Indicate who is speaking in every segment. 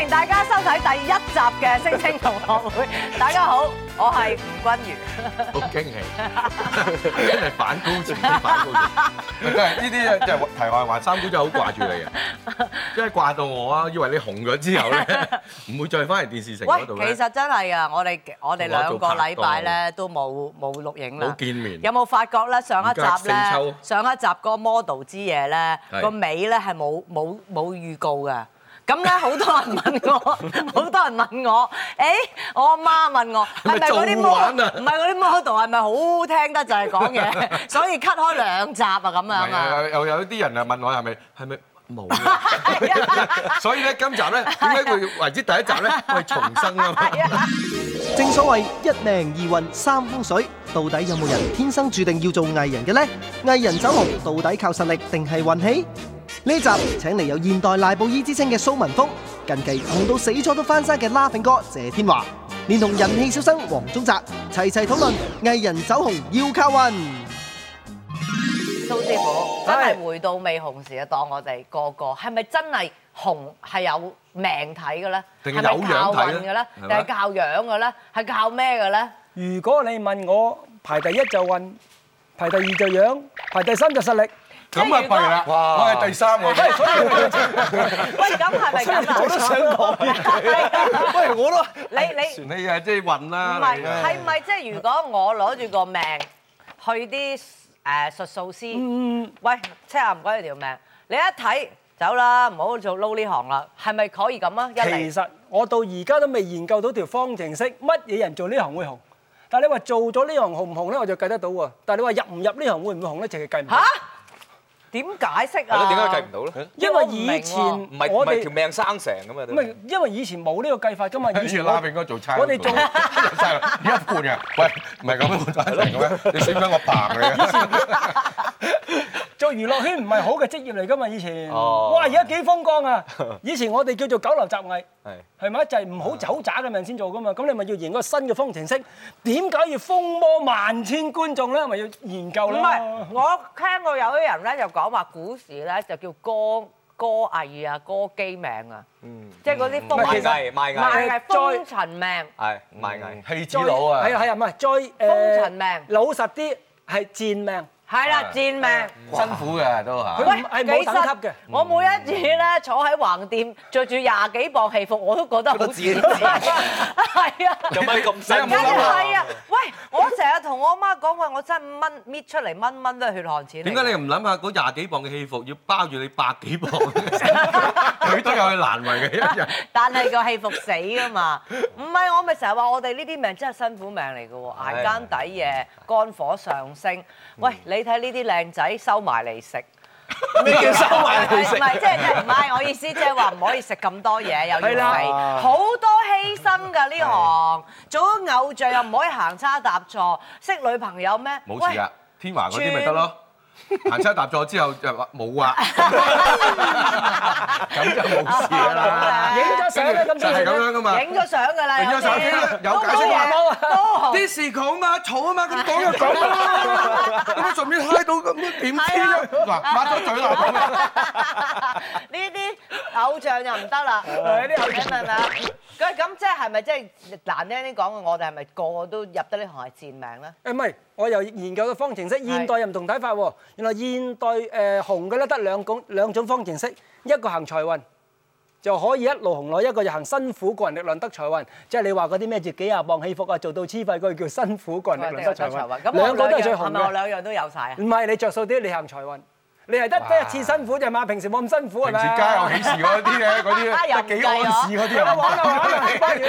Speaker 1: 迎大家收睇第一集嘅《星星同學會》。大家好，我係吳 君如。
Speaker 2: 好驚喜， 真係反高潮，反高潮。真係呢啲真係題外話，三姑真係好掛住你啊！真係掛到我啊，以為你紅咗之後咧，唔會再翻嚟電視城
Speaker 1: 喂，
Speaker 2: 嗰度咧
Speaker 1: 其，實真係啊，我哋我哋兩個禮拜
Speaker 2: 同
Speaker 1: 咧都冇冇錄影啦
Speaker 2: 冇。見面。
Speaker 1: 有冇發覺咧？上一
Speaker 2: 唔
Speaker 1: 集
Speaker 2: 該勝
Speaker 1: 咧
Speaker 2: 秋，
Speaker 1: 上一集嗰個 model 之夜咧，
Speaker 2: 係
Speaker 1: 個尾咧係冇冇冇預告嘅。咁咧好多人 問我，好多人問我，誒、我阿媽問我係
Speaker 2: 係咪
Speaker 1: 咪嗰啲
Speaker 2: 做玩
Speaker 1: model，
Speaker 2: 啊
Speaker 1: 唔係嗰啲 model 係咪好聽得就係講 嘢，所以 cut 開兩集啊咁樣
Speaker 2: 係
Speaker 1: 啊。
Speaker 2: 啊，又有啲人啊問我係咪係咪冇 啊？所以咧，今集咧點解會為之第一集咧？係重生啊嘛！
Speaker 1: 係啊，
Speaker 3: 正所謂一命二運三風水，到底有冇人天生注定要做藝人嘅呢？藝人走紅到底靠實力定係運氣？呢集請嚟有現代賴布衣之稱嘅蘇文峰，近期紅到死咗都翻生嘅 Laughing 哥謝天華，連同人氣小生黃宗澤齊齊討論藝人走紅要靠運。
Speaker 1: 蘇師傅真係回到未紅時啊，當我哋個個係咪真係紅係有命睇嘅咧？
Speaker 2: 定
Speaker 1: 係咪
Speaker 2: 有樣
Speaker 1: 靠
Speaker 2: 睇
Speaker 1: 運
Speaker 2: 呢
Speaker 1: 嘅咧？
Speaker 2: 係
Speaker 1: 定
Speaker 2: 咪
Speaker 1: 係靠樣嘅咧？係靠咩嘅咧？
Speaker 4: 如果你問我排第一就運，排第二就樣，排第三就實力。
Speaker 2: 咁啊弊啦，
Speaker 4: 哇
Speaker 2: 我係第三個。
Speaker 1: 喂，咁係咪咁 啊？我都想講。
Speaker 2: 喂，我都
Speaker 1: 你你
Speaker 2: 船氣啊，即係運
Speaker 1: 唔
Speaker 2: 啦。
Speaker 1: 係
Speaker 2: 你啊
Speaker 1: 係咪即係如果我攞住個命去啲誒術數師，
Speaker 4: 嗯，
Speaker 1: 喂，即係唔該你條命，你一睇走啦，唔好做撈呢行啦，係咪可以咁啊？一
Speaker 4: 其
Speaker 1: 嚟
Speaker 4: 實我到而家都未研究到條方程式，乜嘢人做呢行會紅。但係你話做咗呢行紅唔紅咧，我就計得到喎。但係你話入唔入呢行會唔會紅咧，其實計唔到
Speaker 1: 嚇。點解釋
Speaker 5: 係
Speaker 1: 啊？
Speaker 5: 咯，點解計唔到咧？
Speaker 4: 因為以前
Speaker 1: 我唔
Speaker 5: 唔係唔
Speaker 4: 我
Speaker 5: 係
Speaker 4: 哋
Speaker 5: 條命生成咁啊？
Speaker 4: 唔係因為以前冇呢個計法噶嘛。
Speaker 2: 跟
Speaker 4: 以
Speaker 2: 住
Speaker 4: 前
Speaker 2: 拉
Speaker 4: 我
Speaker 2: 炳哥做差佬，
Speaker 4: 我哋做
Speaker 2: 一半嘅，喂，唔係咁樣，係咁樣，你識唔識我扮你啊？
Speaker 4: 做娛樂圈唔係好嘅職業嚟噶嘛。以前
Speaker 5: 哦
Speaker 4: 哇，而家幾風光 啊！以前我哋叫做九流雜藝。
Speaker 5: 係
Speaker 4: 係咪？就係唔好走渣嘅命先做噶嘛。咁你咪要研嗰個新嘅方程式。點解要風魔萬千觀眾咧？咪要研究
Speaker 1: 唔
Speaker 4: 啦。
Speaker 1: 係，我聽過有啲人咧就講話股市咧就叫歌歌藝啊、歌姬命啊，即係嗰啲
Speaker 4: 唔係
Speaker 1: 風
Speaker 4: 其實
Speaker 5: 賣藝賣
Speaker 1: 賣
Speaker 5: 藝
Speaker 1: 藝
Speaker 4: 再
Speaker 1: 風塵命。
Speaker 5: 係賣藝。
Speaker 2: 戲子
Speaker 4: 再
Speaker 2: 佬啊，
Speaker 4: 係啊係啊，唔係再
Speaker 1: 風塵命
Speaker 4: 老實啲係賤命。
Speaker 1: 係啦，
Speaker 2: 係
Speaker 1: 賤命。
Speaker 2: 辛苦嘅都嚇。
Speaker 4: 佢唔係冇等級嘅。
Speaker 1: 我每一次咧坐喺橫店，着住廿幾磅戲服，我都覺得好自然。係啊。
Speaker 5: 有
Speaker 2: 有
Speaker 5: 乜咁
Speaker 1: 梗
Speaker 2: 冇諗
Speaker 1: 係
Speaker 5: à.
Speaker 1: 啊！喂，我成日同我媽講話，我真係五蚊搣出嚟，蚊蚊都係血汗錢嚟
Speaker 2: 點
Speaker 1: 㗎。
Speaker 2: 解你唔諗下嗰廿幾磅嘅戲服要包住你百幾磅？ 佢都有佢難為嘅一日。
Speaker 1: 但係個戲服死啊嘛，唔係我咪成日話我哋呢啲命真係辛苦命嚟嘅喎，捱更抵夜，肝火上升。喂，你睇呢啲靚仔收埋嚟食，
Speaker 5: 咩叫收埋嚟
Speaker 1: 唔
Speaker 5: 食？
Speaker 1: 係即係即係唔係我意思，即係話唔可以食咁多嘢，又要
Speaker 4: 係啦
Speaker 1: 肥，好多犧牲㗎呢行。做咗偶像又唔可以行差踏錯，識女朋友咩？
Speaker 2: 冇事啊，天華嗰啲咪得咯。行差踏錯之後就話冇啊，咁就冇事㗎啦。
Speaker 4: 影咗相咧，
Speaker 2: 就
Speaker 4: 咁
Speaker 2: 係
Speaker 4: 先
Speaker 2: 咁樣噶嘛。
Speaker 1: 影咗相㗎啦，
Speaker 2: 影咗相
Speaker 1: 啲
Speaker 2: 有解釋
Speaker 1: 都冇嘢
Speaker 4: 話
Speaker 1: 都紅
Speaker 2: 啲事講嘛，嘈啊嘛，咁講就講 啦，咁啊順便嗨到咁點知啫？嗱，抹咗嘴啦，咁樣
Speaker 1: 呢啲偶像就唔得啦，你明唔明啊？咁咁即係係咪即係難聽啲講，我哋係咪個個都入得呢行係賤命咧？
Speaker 4: 誒唔係，我又研究個方程式，現代又唔同睇法喎。原來現代誒紅嘅咧得兩種兩種方程式，一個行財運就可以一路紅落，一個就行辛苦個人力量得財運，即係你話嗰啲咩住幾廿磅起伏啊，做到黐肺嗰個叫辛苦個人力量得財
Speaker 1: 咁
Speaker 4: 運。
Speaker 1: 我
Speaker 4: 兩個都
Speaker 1: 兩
Speaker 4: 係最
Speaker 1: 樣係
Speaker 4: 紅
Speaker 1: 咪我
Speaker 4: 嘅。
Speaker 1: 兩樣都有晒啊
Speaker 4: 唔？係你着數啲，你行財運，你係得得一次辛苦就嘛，平時冇咁辛苦係
Speaker 2: 平時
Speaker 4: 咪？
Speaker 2: 家有喜事 嗰啲咧，嗰
Speaker 1: 又唔
Speaker 2: 啲
Speaker 1: 計
Speaker 2: 幾安事嗰 啲
Speaker 4: 玩
Speaker 2: 啊。
Speaker 4: 啦玩啦，玩完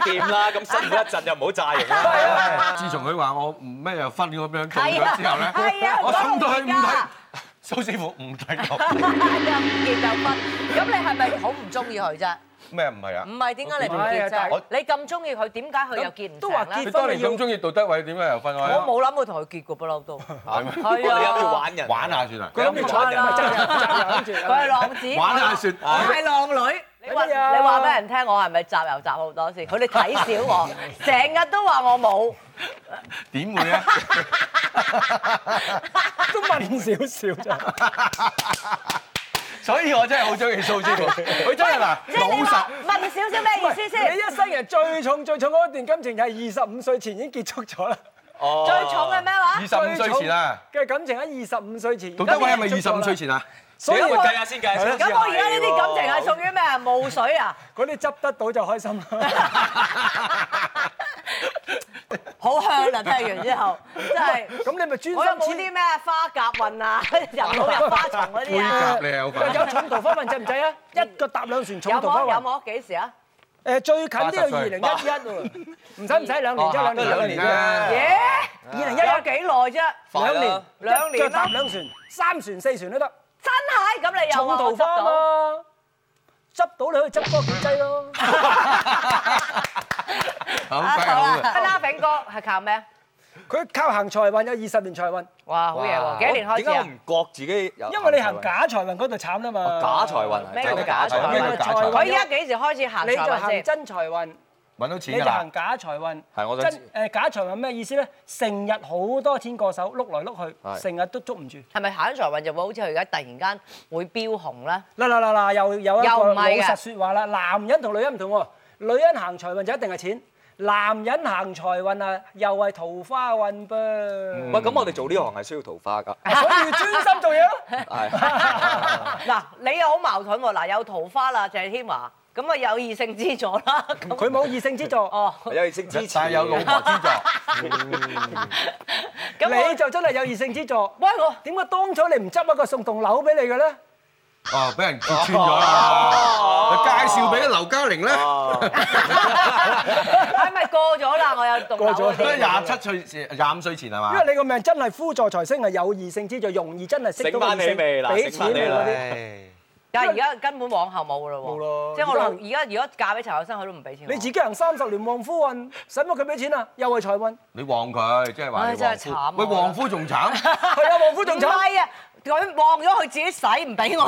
Speaker 5: 掂啦，咁辛苦一陣又唔好炸型啦。
Speaker 2: 自從佢話我唔咩又分咁樣做
Speaker 1: 係啊
Speaker 2: 咗之後咧
Speaker 1: 係啊，
Speaker 2: 我心都係唔
Speaker 1: 講到而家
Speaker 2: 睇蘇師傅唔睇 我
Speaker 1: 又唔結就分，咁你係咪好唔中意佢啫？
Speaker 2: 咩唔係啊
Speaker 1: 唔？係點解你唔
Speaker 4: 哎
Speaker 1: 結
Speaker 4: 呀但係
Speaker 1: 啫
Speaker 4: 我？
Speaker 1: 你咁中意佢，點解佢又結唔
Speaker 4: 都話
Speaker 1: 成
Speaker 2: 你
Speaker 1: 咧
Speaker 4: 結？
Speaker 2: 當年咁中意杜德偉，點解又分開
Speaker 1: 我
Speaker 2: 啊？
Speaker 1: 冇諗過同佢結過不嬲都，
Speaker 5: 你
Speaker 1: 係
Speaker 5: 諗住玩人，
Speaker 2: 玩下算啊！
Speaker 4: 佢諗住 坐人，咪真係 諗住。
Speaker 1: 佢係浪子，
Speaker 2: 玩下 雪
Speaker 1: 我係浪女。你話
Speaker 4: 乜嘢
Speaker 1: 你話俾人聽，我係咪集又集好多先？佢哋睇小我，成日都話我冇。
Speaker 2: 點會啊？
Speaker 4: 都問少少咋。
Speaker 2: 所以我真係好中意蘇 之寶，佢真係嗱
Speaker 1: 即係你
Speaker 2: 老實
Speaker 1: 話。問少少咩意思先？
Speaker 4: 你一生人最重-最重嗰一段感情就係25歲前已經結束咗啦。
Speaker 5: 哦
Speaker 1: 最重係咩話
Speaker 2: 二？十五歲前啊，
Speaker 4: 嘅感情喺25歲前已經
Speaker 2: 杜德偉係咪二十
Speaker 4: 結束咗啦。
Speaker 2: 五歲前啊？
Speaker 4: 所以
Speaker 5: 喂計下先，計下先。
Speaker 1: 咁我而家呢啲感情係屬於咩啊？霧水啊？
Speaker 4: 嗰啲執得到就開心啦。
Speaker 1: 好香啦！聽完之後，真係。
Speaker 4: 咁你咪專心
Speaker 1: 我有冇
Speaker 4: 知-
Speaker 1: 啲咩花甲運啊？ 入腦入花叢嗰
Speaker 2: 背
Speaker 1: 啲啊
Speaker 2: 夾？你有
Speaker 1: 有
Speaker 2: 份。
Speaker 4: 喂，有重桃花運制唔制啊？一腳踏兩船重桃花
Speaker 1: 冇
Speaker 4: 運。
Speaker 1: 有冇幾時啊？
Speaker 4: 誒，最近呢個
Speaker 2: 80歲。
Speaker 4: 2011喎。唔使-唔使，兩年啫，兩年，
Speaker 5: 都兩
Speaker 4: 兩
Speaker 5: 年
Speaker 4: 年啫。
Speaker 5: 啫，
Speaker 1: 耶！
Speaker 4: 2011
Speaker 1: 有幾耐啫？
Speaker 5: 快啦。
Speaker 4: 兩年，
Speaker 1: 兩年啦。
Speaker 4: 一腳踏兩船，三船四船都得。
Speaker 1: 真係咁，你又話我
Speaker 4: 重
Speaker 1: 執
Speaker 4: 桃花
Speaker 1: 到？
Speaker 4: 嘛，執到你去執嗰個結劑咯。
Speaker 2: 好，
Speaker 1: 啊
Speaker 2: 梗係好嘅。
Speaker 1: 阿拉炳哥係靠咩？
Speaker 4: 佢靠行財運有二十年財運，
Speaker 1: 哇！好嘢喎！幾年開始
Speaker 5: 點
Speaker 1: 啊？
Speaker 5: 解我唔覺自己有？
Speaker 4: 因為你行假財運嗰度慘啦嘛。
Speaker 5: 假財運啊，
Speaker 1: 咩
Speaker 5: 真
Speaker 1: 叫
Speaker 5: 係
Speaker 1: 假財
Speaker 5: 咩
Speaker 1: 運
Speaker 4: 咩
Speaker 5: 叫假
Speaker 4: 叫
Speaker 5: 財
Speaker 1: 佢
Speaker 5: 運？
Speaker 1: 而家幾時開始行
Speaker 4: 你就
Speaker 1: 財運
Speaker 4: 行
Speaker 1: 先？
Speaker 4: 真財運，
Speaker 2: 揾到
Speaker 4: 你
Speaker 2: 錢
Speaker 4: 就
Speaker 2: 㗎啦
Speaker 4: 行。假財運。
Speaker 5: 係我想知
Speaker 4: 真誒假財運咩意思咧？成日好多錢過手，碌來碌
Speaker 5: 係
Speaker 4: 去，成日都捉唔住。
Speaker 1: 係咪行財運就會好似佢而家突然間會飆紅咧？
Speaker 4: 嗱嗱嗱嗱，又有一
Speaker 1: 又
Speaker 4: 個
Speaker 1: 唔
Speaker 4: 老
Speaker 1: 係嘅
Speaker 4: 實説話啦，男人同女人唔同喎，女人行財運就一定係錢，男人行財運啊，又係桃花運噃。
Speaker 5: 喂，咁我哋做呢行係需要桃花㗎，
Speaker 4: 所以要專心做 嘢咯。
Speaker 5: 係。
Speaker 1: 嗱，你又好矛盾喎！嗱，有桃花啦，謝天華，咁啊有異性之助啦，咁
Speaker 4: 佢冇異性之助，
Speaker 1: 哦，
Speaker 5: 有意識支持，
Speaker 2: 但係有老婆資 助，
Speaker 1: 咁我
Speaker 4: 你就真係有異性之助。
Speaker 1: 喂我。
Speaker 4: 點解當初你唔執一個送棟樓俾你嘅咧？
Speaker 2: 哦，俾人揭穿咗啦。佢介紹俾劉嘉玲咧，
Speaker 1: 係咪過咗啦？我有讀
Speaker 4: 過咗啦
Speaker 2: 都係廿七歲前、廿五歲前係
Speaker 4: 因
Speaker 2: 嘛
Speaker 4: 為？你個命真係夫助財星，係有異性之助，容易真係識到個異
Speaker 5: 醒返你未
Speaker 4: 性，
Speaker 5: 嗱
Speaker 4: 俾
Speaker 5: 醒
Speaker 4: 錢
Speaker 5: 返你
Speaker 4: 你
Speaker 5: 啦
Speaker 4: 嗰啲。
Speaker 1: 但係而家根本往後冇噶啦喎。
Speaker 4: 冇咯
Speaker 1: 即係我老
Speaker 4: 而
Speaker 1: 而家如果嫁俾陳學生，佢都唔俾錢我。
Speaker 4: 你自己行三十年旺夫運，使乜佢俾錢啊？又係 財運，
Speaker 2: 你旺佢，即係話你
Speaker 1: 唉真係慘
Speaker 2: 旺
Speaker 1: 啊
Speaker 2: 夫。喂，旺夫仲慘，
Speaker 4: 係啊，旺夫
Speaker 1: 唔
Speaker 4: 仲慘。
Speaker 1: 係啊！佢望咗佢自己使唔俾我，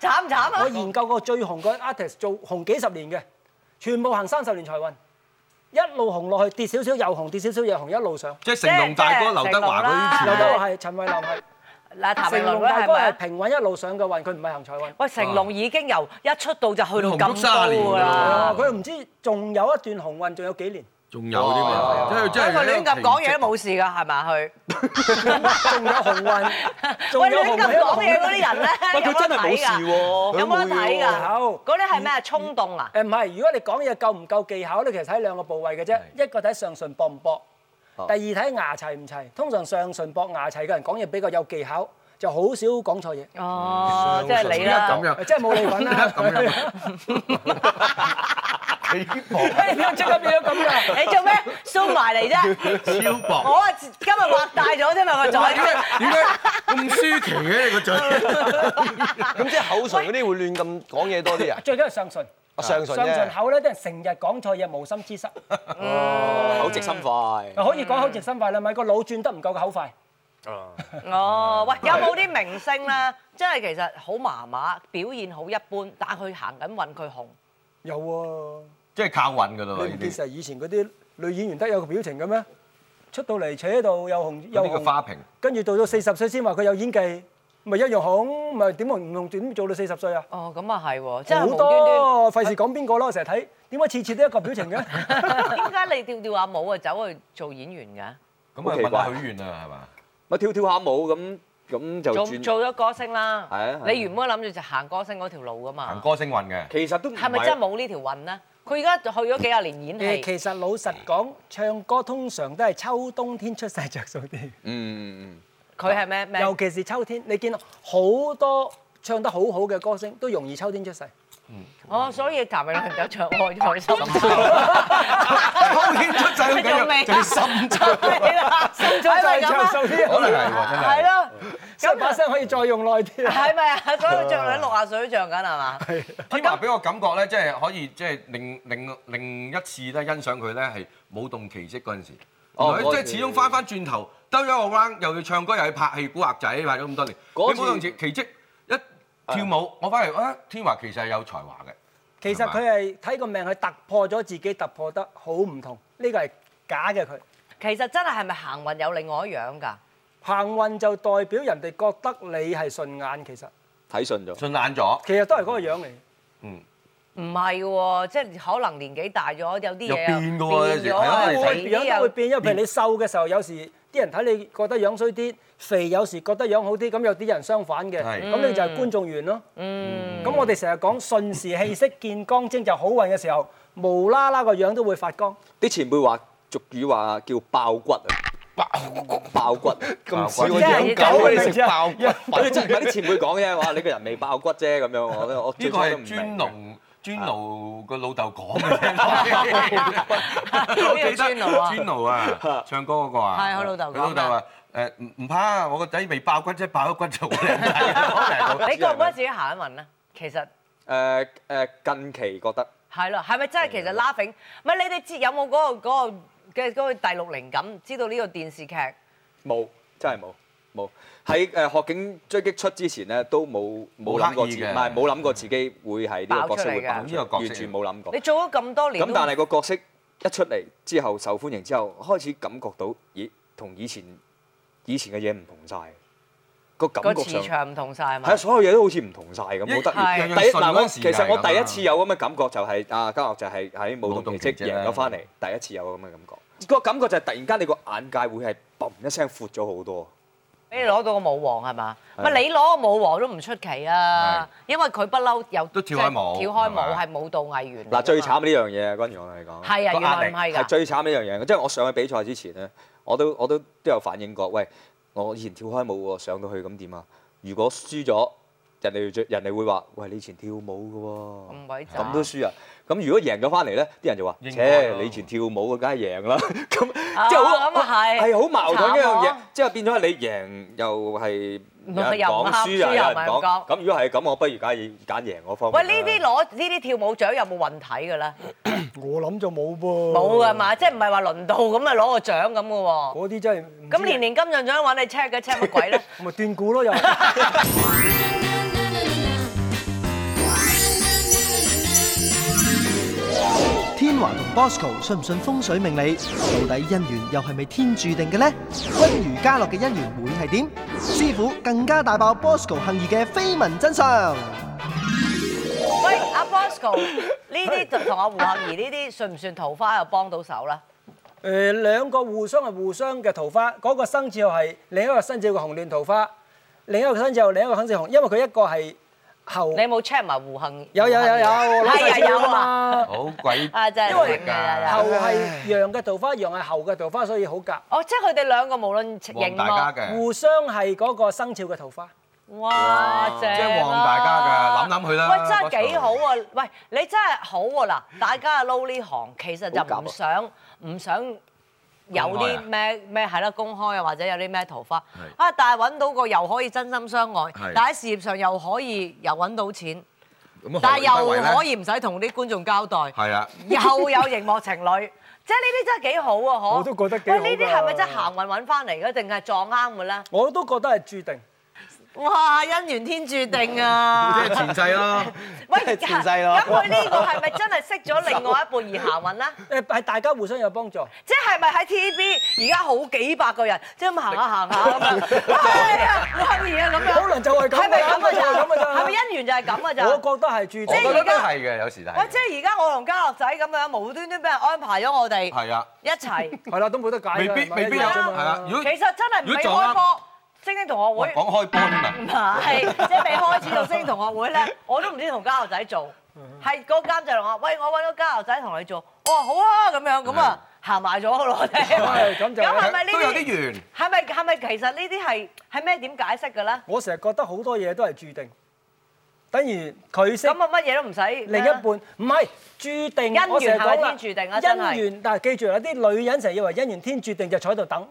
Speaker 1: 慘唔慘啊？
Speaker 4: 我研究過最紅嘅 artist 做紅幾十年嘅，全部行三十年財運，一路紅落去，跌少少又紅，跌少少又紅，一路上。
Speaker 2: 即係成龍大哥、劉德華嗰啲
Speaker 1: 係
Speaker 4: 劉
Speaker 2: 全
Speaker 4: 德
Speaker 2: 部。
Speaker 4: 華係陳慧琳係，
Speaker 1: 嗱，譚
Speaker 4: 成
Speaker 1: 詠麟
Speaker 4: 龍
Speaker 1: 咧
Speaker 4: 大
Speaker 1: 係
Speaker 4: 哥
Speaker 1: 咪
Speaker 4: 係
Speaker 1: 啊？
Speaker 4: 平穩一路上嘅運，佢唔係行財運。
Speaker 1: 喂，成龍已經由一出道就去到
Speaker 2: 紅足
Speaker 1: 咁
Speaker 2: 沙
Speaker 1: 高
Speaker 2: 年
Speaker 1: 㗎
Speaker 2: 㗎啦
Speaker 1: 啦
Speaker 4: 啊！佢唔知仲有一段紅運，仲有 幾年？
Speaker 2: 仲有啲嘛？即係即
Speaker 1: 咁
Speaker 2: 係
Speaker 1: 佢亂咁講嘢都冇事㗎，係咪佢？
Speaker 4: 仲有紅運，
Speaker 1: 喂，
Speaker 4: 仲有
Speaker 1: 亂咁
Speaker 4: 紅運。
Speaker 1: 講嘢嗰啲人咧，
Speaker 5: 喂，
Speaker 1: 有
Speaker 5: 佢
Speaker 1: 冇
Speaker 5: 真
Speaker 1: 得
Speaker 5: 係
Speaker 1: 睇
Speaker 5: 冇事
Speaker 1: 㗎？
Speaker 5: 喎，
Speaker 1: 有冇得睇㗎？
Speaker 4: 有
Speaker 1: 嗰啲係咩啊？衝動啊？
Speaker 4: 誒唔係，如果你講嘢夠唔夠技巧咧，其實睇兩個部位嘅啫，一個睇上唇薄唔薄，
Speaker 5: 哦
Speaker 4: 第二睇牙齊唔齊。通常上唇薄牙齊嘅人講嘢比較有技巧，就好少講錯嘢，
Speaker 1: 哦，即係你
Speaker 2: 而家
Speaker 1: 啦
Speaker 2: 咁。 樣，
Speaker 4: 即係冇你份
Speaker 2: 而家
Speaker 4: 啦。
Speaker 2: 咁樣。幾薄？
Speaker 4: 哎呀即刻變咗咁啦！
Speaker 1: 你做咩 show 埋 嚟啫？
Speaker 2: 超
Speaker 1: 我
Speaker 2: 薄。
Speaker 1: 啊今日畫大咗啫嘛個
Speaker 2: 點解
Speaker 1: 嘴。
Speaker 2: 點解咁舒淇嘅你個嘴？
Speaker 6: 咁即係口唇嗰啲會亂咁講嘢多啲啊？
Speaker 4: 最緊要上唇，
Speaker 6: 我上唇
Speaker 4: 上唇
Speaker 6: 啫，
Speaker 4: 口咧，啲人成日講錯嘢，無心之失，
Speaker 5: 口直心快。
Speaker 4: 可以講口直心快啦，咪個腦轉得唔夠個口快。
Speaker 1: 哦，喂，有冇啲明星咧？真係其實好麻麻，表現好一般，但係佢行緊運佢紅。
Speaker 4: 有喎，
Speaker 2: 即係靠運㗎咯，
Speaker 4: 你
Speaker 2: 已
Speaker 4: 唔
Speaker 2: 經。
Speaker 4: 見成日以前嗰啲女演員得有個表情嘅咩？出到嚟扯到又紅又
Speaker 2: 呢個
Speaker 4: 紅。
Speaker 2: 花瓶。
Speaker 4: 跟住到咗四十歲先話佢有演技，咪一樣紅，咪點紅唔紅點做到四十歲啊？
Speaker 1: 哦，咁啊係喎，真係
Speaker 4: 好
Speaker 1: 無端
Speaker 4: 多費事講邊個咯，我成日睇點解次次都一個表 情嘅？
Speaker 1: 端。點解你跳跳下舞啊，走去做演員嘅？
Speaker 2: 咁啊，問下許願啊，係嘛？
Speaker 5: 咪跳跳下舞咁，咁就
Speaker 1: 做
Speaker 5: 轉。
Speaker 1: 做咗歌星啦。
Speaker 5: 係啊係啊
Speaker 1: 你原本諗住就行歌星嗰條路噶
Speaker 2: 行
Speaker 1: 嘛？
Speaker 2: 歌星運嘅。
Speaker 5: 其實都唔
Speaker 1: 係咪真係冇呢條運咧？佢而家就去咗幾廿年演
Speaker 4: 誒，
Speaker 1: 戲。
Speaker 4: 其實老實講，唱歌通常都係秋冬天出世着數 啲，
Speaker 5: 嗯嗯
Speaker 1: 佢係咩咩？
Speaker 4: 尤其是秋天，你見到好多唱得好好嘅歌星都容易秋天出世。
Speaker 1: 哦，所以譚詠麟就唱愛在心頭。
Speaker 2: 秋天出世好緊要，仲要深秋，
Speaker 1: 心
Speaker 4: 出世着數啲，
Speaker 2: 可能係喎，真
Speaker 1: 係
Speaker 2: 係。
Speaker 1: 咯，
Speaker 4: 所以把聲可以再用耐啲啊。
Speaker 1: 係咪啊？所以着女六啊歲都着緊係嘛？
Speaker 2: 天華俾我感覺咧，即係可以，即係另另另一次咧欣賞佢咧係舞動奇蹟嗰陣時，
Speaker 5: 哦
Speaker 2: 原來即係始終翻翻轉頭兜咗個 round，又要唱歌，又要拍戲，古惑仔拍咗咁多年，
Speaker 5: 嗰
Speaker 2: 你
Speaker 5: 次
Speaker 2: 舞動奇奇蹟一跳舞，我翻嚟啊，天華其實係有才華嘅，
Speaker 4: 其實佢係睇個命，佢突破咗自己，突破得好唔同。呢個係假嘅佢。
Speaker 1: 其實真係係咪行運有另外一樣㗎？
Speaker 4: 行運就代表人哋覺得你係順眼，其實
Speaker 5: 睇信咗。
Speaker 2: 信懶咗，
Speaker 4: 其實都係嗰個樣嚟。
Speaker 1: 唔係喎，即係可能年紀大咗，有啲
Speaker 2: 又
Speaker 1: 嘢
Speaker 2: 變㗎喎有時
Speaker 1: 變咗
Speaker 2: 係啊
Speaker 1: 啊，
Speaker 2: 你睇
Speaker 1: 肥
Speaker 2: 肥
Speaker 4: 樣都
Speaker 1: 啲
Speaker 4: 會變，因為譬如你瘦嘅時候，有時啲人睇你覺得樣衰啲，肥有時覺得樣好啲，咁有啲人相反嘅，
Speaker 2: 係
Speaker 4: 咁你就係觀眾緣咯。
Speaker 1: 嗯，
Speaker 4: 咁我哋成日講順時氣息見光精就好運嘅時候，無啦啦個樣都會發光。
Speaker 5: 啲前輩話俗語話叫爆骨啊，爆爆骨，
Speaker 6: 咁少我
Speaker 1: 真係
Speaker 6: 養狗啊，
Speaker 1: 真係
Speaker 6: 你食爆骨。
Speaker 5: 啲真係啲前輩講啫，話你個人未爆骨啫咁樣，我都我
Speaker 2: 呢
Speaker 5: 最
Speaker 2: 個
Speaker 5: 初都唔
Speaker 2: 係
Speaker 5: 明
Speaker 2: 尊
Speaker 5: 嘅。
Speaker 2: 龍尊奴個老豆講 嘅。我記得
Speaker 1: 尊奴啊
Speaker 2: 尊奴啊，唱歌嗰個啊，
Speaker 1: 係我老豆講
Speaker 2: 佢老豆話誒唔唔怕，我個仔未爆骨啫，爆咗骨就好靚仔。可 能係咁
Speaker 1: 你覺唔覺得自己行得運啊？其實。
Speaker 5: 誒誒，近期覺得
Speaker 1: 係咯，係咪
Speaker 5: 啊
Speaker 1: 真係其實 laughing？唔係你哋知有冇嗰、個嗰、個嘅嗰、個第六靈感，知道呢個電視劇
Speaker 5: 哦冇，真係冇冇喺誒學警追擊出之前咧，都冇冇諗過自己，
Speaker 2: 冇刻意嘅
Speaker 5: 唔係冇諗過自己會係呢
Speaker 1: 爆
Speaker 5: 個角色會爆
Speaker 2: 出嚟
Speaker 5: 出
Speaker 2: 嘅呢個角色
Speaker 5: 完全冇諗過
Speaker 1: 你。做咗咁多年都，
Speaker 5: 咁但係個角色一出嚟之後受歡迎之後，開始感覺到，咦，同以前以前嘅嘢唔同晒，個
Speaker 1: 個
Speaker 5: 感覺
Speaker 1: 磁
Speaker 5: 上。
Speaker 1: 場唔同晒係
Speaker 5: 係啊，
Speaker 1: 咪？
Speaker 5: 所有嘢都好似唔同晒咁，好得
Speaker 1: 係
Speaker 5: 意。第一
Speaker 2: 順嗰
Speaker 5: 嗱，我
Speaker 2: 個時
Speaker 5: 其
Speaker 2: 代
Speaker 5: 實我
Speaker 2: 㗎嘛
Speaker 5: 第一次有咁嘅感覺就係啊，家樂就係喺舞動奇蹟贏咗翻嚟，第一次有咁嘅感覺。個感覺就係突然間你個眼界會係嘣一聲闊咗好多。
Speaker 1: 俾你攞到個舞王係嘛？唔
Speaker 5: 係啊
Speaker 1: 係你攞個舞王都唔出奇啊，因為佢不嬲有
Speaker 2: 都跳開舞
Speaker 1: 即係跳開
Speaker 2: 係
Speaker 1: 舞
Speaker 2: 嘛
Speaker 1: 係舞蹈藝員啊嚟㗎嘛。
Speaker 5: 啊嗱，最慘呢樣嘢，君如我同你講，
Speaker 1: 係啊，原
Speaker 2: 個壓
Speaker 1: 來
Speaker 2: 力
Speaker 1: 唔係
Speaker 5: 係
Speaker 1: 㗎，
Speaker 5: 最慘呢樣嘢。即係我上去比賽之前咧，我都我都都有反映過，喂，我以前跳開舞喎，上到去咁點啊？如果輸咗，人哋就人哋會話，喂，你以前跳舞嘅喎。
Speaker 1: 唔鬼慘。
Speaker 5: 咁都輸啊！咁如果贏咗翻嚟咧，啲人就話：，
Speaker 2: 應該
Speaker 5: 切，
Speaker 2: 咯
Speaker 5: 你以前跳舞嘅梗係贏啦。 咁
Speaker 1: 啊
Speaker 5: 即係好
Speaker 1: 咁啊係
Speaker 5: 係好矛盾一樣
Speaker 1: 好慘
Speaker 5: 嘢
Speaker 1: 啊，
Speaker 5: 即係變咗你贏又係有人
Speaker 1: 又唔
Speaker 5: 講，
Speaker 1: 啱
Speaker 5: 輸啊又
Speaker 1: 輸
Speaker 5: 有
Speaker 1: 又
Speaker 5: 人
Speaker 1: 唔係咁講
Speaker 5: 講。咁如果係咁，我不如揀以揀贏嗰方面
Speaker 1: 喂，
Speaker 5: 啦。
Speaker 1: 呢啲攞呢啲跳舞獎有冇運睇㗎咧？
Speaker 4: 我諗就冇噃。
Speaker 1: 冇
Speaker 5: 啊
Speaker 1: 㗎。嘛，即係唔係話輪到咁啊攞個獎咁嘅喎。
Speaker 4: 嗰啲真係唔知啊
Speaker 1: 咁年年金像獎揾你 check 嘅 check 乜鬼 咧？
Speaker 4: 咪斷 估咯又。
Speaker 3: 天華同 Bosco 信唔信風水命理？到底姻緣又係咪天注定嘅呢？君如家樂嘅姻緣會係點？師傅更加大爆 Bosco 幸兒嘅緋聞真相。
Speaker 1: 喂，阿 Bosco，呢啲就同阿胡杏兒呢啲算唔算桃花又幫到手啦？
Speaker 4: 誒兩個互相係互相嘅桃花，嗰、個生肖係另一個生肖嘅紅鸞桃花，另一個生肖另一個生肖紅，因為佢一個係猴
Speaker 1: 你，有冇 check 埋胡杏？
Speaker 4: 有有有有，
Speaker 1: 係
Speaker 4: 攞
Speaker 1: 啊有
Speaker 4: 曬資料㗎
Speaker 1: 啊，
Speaker 4: 嘛，
Speaker 2: 好鬼
Speaker 1: 啊真
Speaker 4: 因為
Speaker 1: 係勁啊！
Speaker 4: 猴
Speaker 1: 有
Speaker 4: 係羊嘅桃花，羊係猴嘅桃花，所以好夾，
Speaker 1: 哦，即係佢哋兩個無論形
Speaker 2: 旺大
Speaker 1: 貌，
Speaker 2: 家嘅，
Speaker 4: 互相係嗰個生肖嘅桃花。
Speaker 1: 哇正啊
Speaker 2: 即係旺大家㗎，諗諗佢啦。
Speaker 1: 喂，真係幾好啊！
Speaker 2: Bosco
Speaker 1: 喂，你真係好喎嗱，大家撈呢行其實就
Speaker 5: 好夾
Speaker 1: 唔
Speaker 5: 啊
Speaker 1: 想唔想有
Speaker 2: 公開啊
Speaker 1: 啲咩咩係啦，公開啊或者有啲咩桃花
Speaker 2: 係
Speaker 1: 啊，但係揾到個又可以真心相愛
Speaker 2: 係，
Speaker 1: 但喺事業上又可以又揾到錢，
Speaker 2: 咁
Speaker 1: 但係又可
Speaker 2: 以
Speaker 1: 以唔使同啲觀眾交代，
Speaker 2: 係啊，
Speaker 1: 又有熒幕情侶。即係呢啲真係幾好啊！嗬，
Speaker 4: 我都覺得幾
Speaker 1: 喂，
Speaker 4: 好㗎
Speaker 1: 呢啲係咪真係行運揾翻嚟嘅，定係撞啱嘅 咧？
Speaker 4: 我都覺得係注定，
Speaker 1: 哇！姻緣天注定啊！
Speaker 2: 即係前世啦，
Speaker 1: 喂，
Speaker 6: 係前世咯
Speaker 1: 咁佢呢個係咪真係識咗另外一半而行運咧？
Speaker 4: 誒係大家互相有幫助。
Speaker 1: 即係咪喺 TVB 而家好幾百個人，即係咁行下行下咁樣？係啊，好幸啊咁樣。
Speaker 4: 可能就係咁
Speaker 1: 係咪咁
Speaker 4: 可能就係咁
Speaker 1: 㗎
Speaker 4: 㗎
Speaker 1: 咋？
Speaker 4: 咋
Speaker 1: 係咪姻緣就係咁㗎咋？
Speaker 4: 我覺得係注
Speaker 2: 我
Speaker 4: 定
Speaker 1: 係。
Speaker 2: 覺得都
Speaker 1: 而家
Speaker 2: 係嘅，有時就
Speaker 1: 喂，
Speaker 2: 係
Speaker 1: 即。係而家我同家樂仔咁樣無端端俾人安排咗我哋
Speaker 2: 係啊，
Speaker 1: 一齊，
Speaker 4: 係啦，都冇得解㗎
Speaker 2: 未必
Speaker 4: 係咪
Speaker 2: 未必有，
Speaker 4: 一樣
Speaker 2: 係
Speaker 4: 啫嘛
Speaker 2: 啊。如果
Speaker 1: 其實真係唔
Speaker 2: 如
Speaker 1: 俾
Speaker 2: 果撞
Speaker 1: 開
Speaker 2: 啱
Speaker 1: 波。星星同學
Speaker 2: 喂
Speaker 1: 會
Speaker 2: 講開波添啊
Speaker 1: 唔！ 係，即係未開始到星同學會咧，我都唔知同家牛仔做，係個監製同我話：喂，我揾到家牛仔同你做，我話好啊咁樣，咁啊行埋咗咯，我哋
Speaker 4: 係咁就
Speaker 1: 咁係咪呢
Speaker 2: 都有啲
Speaker 1: 啲？
Speaker 2: 緣，
Speaker 1: 係咪係咪其實呢啲係係咩點解釋嘅咧？
Speaker 4: 我成日覺得好多嘢都係注定，等於佢識
Speaker 1: 咁啊乜嘢都唔使
Speaker 4: 另一半，唔係注定。
Speaker 1: 緣
Speaker 4: 我成日講
Speaker 1: 係
Speaker 4: 啦
Speaker 1: 咪天注定啊真係
Speaker 4: 姻緣，但係記住有啲女人成日以為姻緣天注定就坐喺度等，